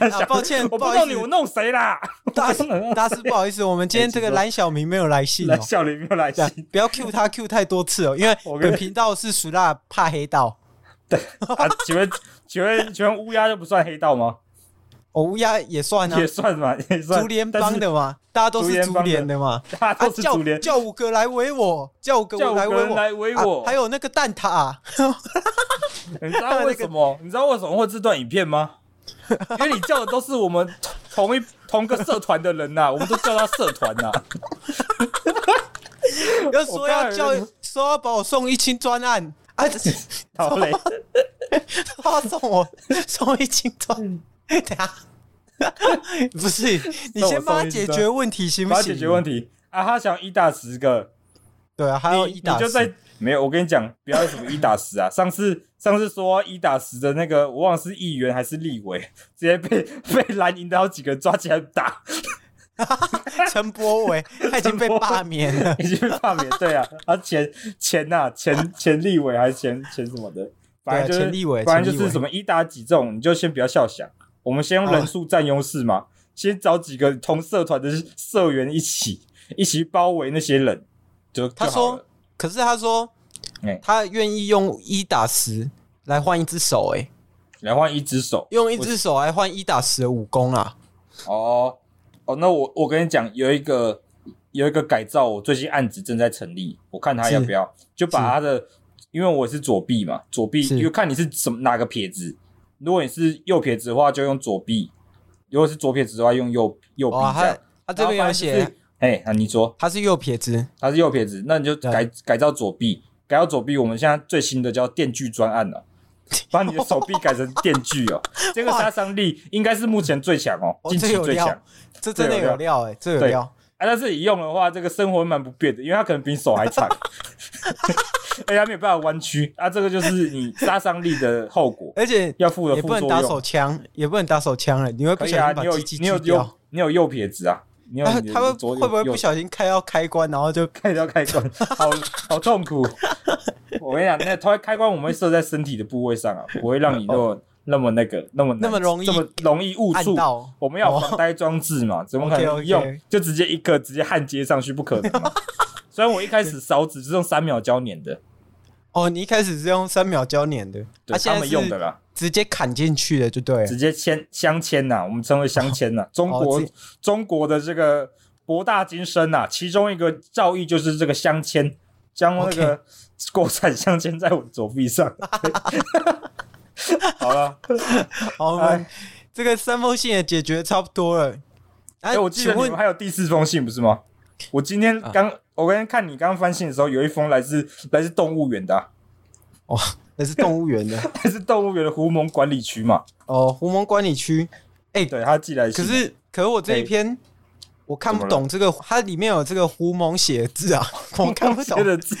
Speaker 3: 蓝小
Speaker 1: 啊抱歉
Speaker 3: 我
Speaker 1: 不
Speaker 3: 不
Speaker 1: 好意思
Speaker 3: 弄你，我弄谁啦？
Speaker 1: 大师 [laughs] 大师，不好意思，我们今天这个蓝小明没有来信哦
Speaker 3: [laughs] 哎蓝，小明没有来
Speaker 1: 对
Speaker 3: 信
Speaker 1: 啊，不要 Q
Speaker 3: [laughs]
Speaker 1: 他 Q 太多次哦，因为
Speaker 3: 我跟
Speaker 1: 本
Speaker 3: 你
Speaker 1: 频道是属辣怕黑道，
Speaker 3: 啊？请问请问请问乌鸦就不算黑道吗？
Speaker 1: 哦乌鸦也算啊
Speaker 3: 也，算嘛，也算。
Speaker 1: 竹联
Speaker 3: 但是
Speaker 1: 帮的嘛，大家都是竹联的嘛。
Speaker 3: 大
Speaker 1: 啊
Speaker 3: 家都是
Speaker 1: 叫
Speaker 3: 主联，
Speaker 1: 叫五个来围我，叫五个
Speaker 3: 叫五
Speaker 1: 来
Speaker 3: 个
Speaker 1: 围
Speaker 3: 人
Speaker 1: 我，
Speaker 3: 来围
Speaker 1: 啊
Speaker 3: 我。
Speaker 1: 还有那个蛋挞
Speaker 3: [laughs]
Speaker 1: 啊，
Speaker 3: 你知道为什么？你知道为什么会这段影
Speaker 1: [laughs]
Speaker 3: 片吗？因为你叫的都是我们同一同个社团的人呐、我们都叫他社团
Speaker 1: [laughs]
Speaker 3: 呐、
Speaker 1: 要说要叫
Speaker 3: 我刚才以为
Speaker 1: 说要把我送一清专案啊， [laughs] 这
Speaker 3: 好嘞，
Speaker 1: 他要送我送一斤砖，
Speaker 3: 嗯
Speaker 1: 等下 [laughs] 不是你
Speaker 3: 送我
Speaker 1: 先帮他
Speaker 3: 送一斤
Speaker 1: 解
Speaker 3: 砖
Speaker 1: 决问题行
Speaker 3: 我
Speaker 1: 不
Speaker 3: 要
Speaker 1: 行？
Speaker 3: 解决问
Speaker 1: 题。
Speaker 3: 题啊！他想一打十个，
Speaker 1: 对啊，还
Speaker 3: 你
Speaker 1: 有一打
Speaker 3: 你就
Speaker 1: 十
Speaker 3: 在没有。我跟你讲，不要什么一打十啊！ [laughs] 上次上次说一打十的那个，我 [laughs] 忘了是议员还是立委，直接被被蓝营的好几个抓起来打。，
Speaker 1: [laughs] 陈柏伟他已经被罢免 [laughs] 了
Speaker 3: 已经被罢免，对啊，啊前前呐、前前立委还是前前什么的，反正就是
Speaker 1: 啊前立委
Speaker 3: 反正
Speaker 1: 前
Speaker 3: 就
Speaker 1: 立
Speaker 3: 是
Speaker 1: 委啊
Speaker 3: 什么一打几这种，你就先不要笑想，我们先用人数占优势嘛，先找几个同社团的社员一起一起包围那些人，就
Speaker 1: 他
Speaker 3: 就好了
Speaker 1: 说可是他说
Speaker 3: 哎
Speaker 1: 他愿意用一打十来换一只手、欸，
Speaker 3: 来换一只手
Speaker 1: 用一只手来换一打十的武功啊，
Speaker 3: 哦哦，那我我跟你讲，有一个有一个改造，我最近案子正在成立，我看他
Speaker 1: 是
Speaker 3: 要不要，就把他的，因为我是左臂嘛，左臂
Speaker 1: 是
Speaker 3: 就看你是什么哪个撇子，如果你是右撇子的话，就用左臂；如果是左撇子的话，用右右臂
Speaker 1: 哇、
Speaker 3: 这
Speaker 1: 他
Speaker 3: 样。
Speaker 1: 他这边有
Speaker 3: 然后反正就
Speaker 1: 写啊
Speaker 3: 是，哎，那你说
Speaker 1: 他是右撇子，
Speaker 3: 他是右撇子，那你就改改造左臂，改造左臂。我们现在最新的叫电锯专案了、把你的手臂改成电锯
Speaker 1: [laughs]
Speaker 3: 哦，这个杀伤力应该是目前最强哦，
Speaker 1: 哦
Speaker 3: 近
Speaker 1: 这
Speaker 3: 期
Speaker 1: 有
Speaker 3: 最
Speaker 1: 料
Speaker 3: 强。
Speaker 1: 这真的
Speaker 3: 这有
Speaker 1: 有料哎、这有
Speaker 3: 对
Speaker 1: 料，
Speaker 3: 啊，但是你用的话，这个生活蛮不便的，因为它可能比你手还
Speaker 1: [laughs]
Speaker 3: 长，而且它没有办法弯曲啊，这个就是你杀伤力的后果，
Speaker 1: 而且
Speaker 3: 要付的
Speaker 1: 也
Speaker 3: 副
Speaker 1: 不能
Speaker 3: 作
Speaker 1: 打
Speaker 3: 用
Speaker 1: 手。枪，也不能打手枪了，你会不
Speaker 3: 可以
Speaker 1: 小
Speaker 3: 啊，
Speaker 1: 心
Speaker 3: 你
Speaker 1: 把
Speaker 3: 有
Speaker 1: 鸡鸡
Speaker 3: 你有
Speaker 1: 锯掉
Speaker 3: 右。你有右撇子啊，你有
Speaker 1: 他
Speaker 3: 你的
Speaker 1: 他们
Speaker 3: 左
Speaker 1: 会不会
Speaker 3: 右
Speaker 1: 不小心开到开关，然后就
Speaker 3: 开到
Speaker 1: [laughs]
Speaker 3: 开关，好好痛苦。我跟你讲，那开开关我们会设在身体的部位上啊，不会让你那么那么那个那么难
Speaker 1: 哦那么容易
Speaker 3: 这么容易误
Speaker 1: 按
Speaker 3: 触。
Speaker 1: 到？
Speaker 3: 我们要有
Speaker 1: 哦
Speaker 3: 防呆装置
Speaker 1: [laughs]
Speaker 3: 嘛，怎么可能
Speaker 1: OK，OK
Speaker 3: 用就直接一个直接焊接上去？不
Speaker 1: [laughs]
Speaker 3: 可能嘛！虽然我一开始勺子是用三秒胶粘的，
Speaker 1: 哦，你一开始是用三秒胶粘的，
Speaker 3: 对
Speaker 1: 啊现
Speaker 3: 他
Speaker 1: 在
Speaker 3: 们
Speaker 1: 是
Speaker 3: 用的啦，
Speaker 1: 直接砍进去的就对哦了
Speaker 3: 直。接签镶嵌呐，我们称为镶嵌呐。中国
Speaker 1: 这
Speaker 3: 中国的这个博大精深呐，其中一个造诣就是这个镶嵌，将那个国产镶嵌在我左
Speaker 1: [laughs]
Speaker 3: 臂上。好了，
Speaker 1: 好，我
Speaker 3: 哎
Speaker 1: 们这个三封信也解决差不多了。哎
Speaker 3: 哎，我记得
Speaker 1: 请
Speaker 3: 你
Speaker 1: 问啊
Speaker 3: 们还有第四封信不是吗？我今天刚我刚刚看你刚刚翻信的时候，有一封来自来自动物园的啊。
Speaker 1: 那是动物园的
Speaker 3: 这是动物园的狐獴管理区嘛？
Speaker 1: [laughs] 哦，狐獴管理区。
Speaker 3: 对，他寄来
Speaker 1: 可
Speaker 3: 信，
Speaker 1: 是，可是我这一篇我看不
Speaker 3: 怎么
Speaker 1: 懂这个，它里面有这个狐獴写的 [laughs] 字啊，我看不
Speaker 3: [laughs]
Speaker 1: 懂
Speaker 3: 这。个字，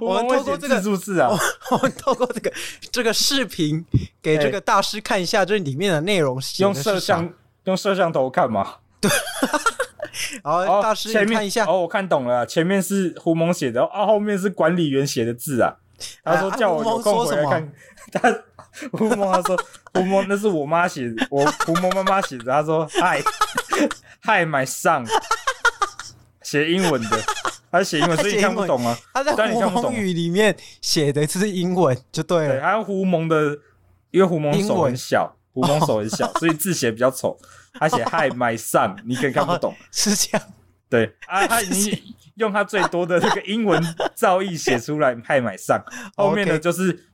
Speaker 1: 我们
Speaker 3: 狐獴
Speaker 1: 透
Speaker 3: 会
Speaker 1: 过
Speaker 3: 写
Speaker 1: 这个哦
Speaker 3: 自助式啊，
Speaker 1: [laughs] 我们透过这个这个视频给这个大师看一下，这里面的内容写的
Speaker 3: 用
Speaker 1: 是
Speaker 3: 摄
Speaker 1: 啥，
Speaker 3: 像用摄像头看嘛。
Speaker 1: 然后
Speaker 3: 哦，
Speaker 1: 哎大师
Speaker 3: 前
Speaker 1: 你
Speaker 3: 面
Speaker 1: 看一下，
Speaker 3: 哦，我看懂了，前面是狐獴写的，啊，后面是管理员写的字啊。他说
Speaker 1: 哎啊
Speaker 3: 叫我有空
Speaker 1: 狐獴说
Speaker 3: 回来
Speaker 1: 什么
Speaker 3: 看， [laughs] 他狐獴他说狐獴那是我妈写的，我狐獴妈妈写的，他说嗨嗨 my son，写英文的，他写英文，
Speaker 1: 他
Speaker 3: 所以你
Speaker 1: 写
Speaker 3: 看
Speaker 1: 英
Speaker 3: 不
Speaker 1: 文
Speaker 3: 懂啊。
Speaker 1: 他在
Speaker 3: 但
Speaker 1: 《
Speaker 3: 你
Speaker 1: 狐
Speaker 3: 看不懂
Speaker 1: 獴语》里面写的是英文，就对
Speaker 3: 对，啊
Speaker 1: 了。
Speaker 3: 还有狐獴的，因为狐獴
Speaker 1: 英
Speaker 3: 手
Speaker 1: 文哦
Speaker 3: 很小，狐獴手很小，所以字写比较丑。他写 “Hi
Speaker 1: [laughs]
Speaker 3: my son”，你可能看不懂。
Speaker 1: 是这样。
Speaker 3: 对
Speaker 1: [laughs]
Speaker 3: 啊，他已经用他最多的那个英文造诣写出来 “Hi my son”，后面的
Speaker 1: 哦 OK
Speaker 3: 就是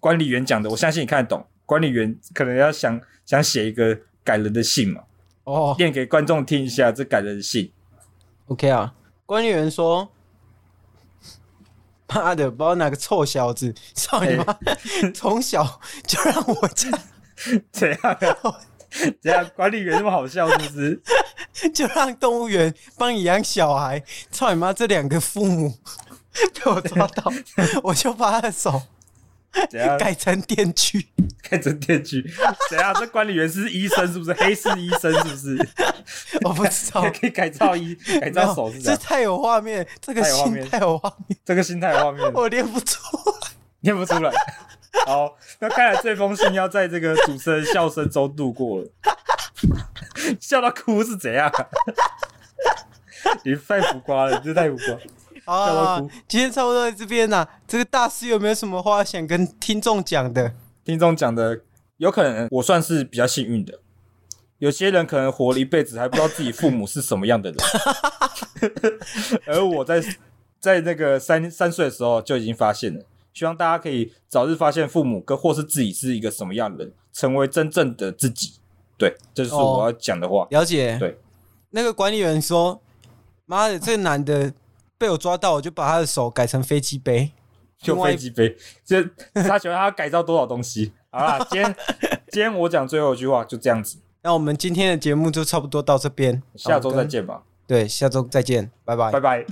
Speaker 3: 管理员讲的，我相信你看得懂。管理员可能要想想写一个感人的信嘛，
Speaker 1: 哦
Speaker 3: 念给观众听一下这感人
Speaker 1: [laughs]
Speaker 3: 的信。
Speaker 1: ，OK 啊。管理员说：“妈的，不知道哪个臭小子，
Speaker 3: 哎
Speaker 1: 操你妈！从小就让我家， [laughs]
Speaker 3: 怎样啊？怎样？ [laughs] 管理员那么好笑是不是？
Speaker 1: 就让动物园帮你养小孩，操你妈！这两个父母 [laughs] 被我抓
Speaker 3: [laughs]
Speaker 1: 到，我就把他的手
Speaker 3: 怎样？
Speaker 1: 改成电
Speaker 3: [laughs]
Speaker 1: 锯。
Speaker 3: 看着电锯，
Speaker 1: [laughs]
Speaker 3: 怎啊样？这管理员是医生是不是？黑市医生是不是？
Speaker 1: 我不知道
Speaker 3: 也，可以改
Speaker 1: [laughs]
Speaker 3: 造一改
Speaker 1: 哦没
Speaker 3: 造手
Speaker 1: 有
Speaker 3: 是这
Speaker 1: 这
Speaker 3: 样，
Speaker 1: 太有画面，这个
Speaker 3: 太有画
Speaker 1: 心
Speaker 3: 面
Speaker 1: 太有画面，
Speaker 3: 这个心态的画面
Speaker 1: 我练
Speaker 3: [laughs]
Speaker 1: 不出来。
Speaker 3: 念
Speaker 1: [laughs]
Speaker 3: 不出来。好，那看来这封信要在这个主持人笑声中度过了， [laughs] 笑到哭是怎样？啊 [laughs] 你太浮夸了，你这太浮夸。
Speaker 1: 好
Speaker 3: 笑到
Speaker 1: 啊，好
Speaker 3: 哭
Speaker 1: 啊今天差不多在这边啦、这个大师有没有什么话想跟听众讲的？
Speaker 3: 听众讲的，有可能我算是比较幸运的。有些人可能活了一辈子还不知道自己父母是什么样的
Speaker 1: [laughs]
Speaker 3: 人，而我在在那个三三岁的时候就已经发现了。希望大家可以早日发现父母跟或是自己是一个什么样的人，成为真正的自己。对，这就是我要讲的话。
Speaker 1: 了解。
Speaker 3: 对，
Speaker 1: 那个管理员说：“妈的，这个男的被我抓到，我就把他的手改成飞机杯。
Speaker 3: 就
Speaker 1: 另外
Speaker 3: 飞机杯，就他觉得他要改造多少东西。好啦，今天今天我讲最后一句话就这样子，”
Speaker 1: 那我们今天的节目就差不多到这边，
Speaker 3: 下周
Speaker 1: 好我
Speaker 3: 再
Speaker 1: 跟。
Speaker 3: 见吧，
Speaker 1: 对，下周再见，拜拜
Speaker 3: 拜。拜。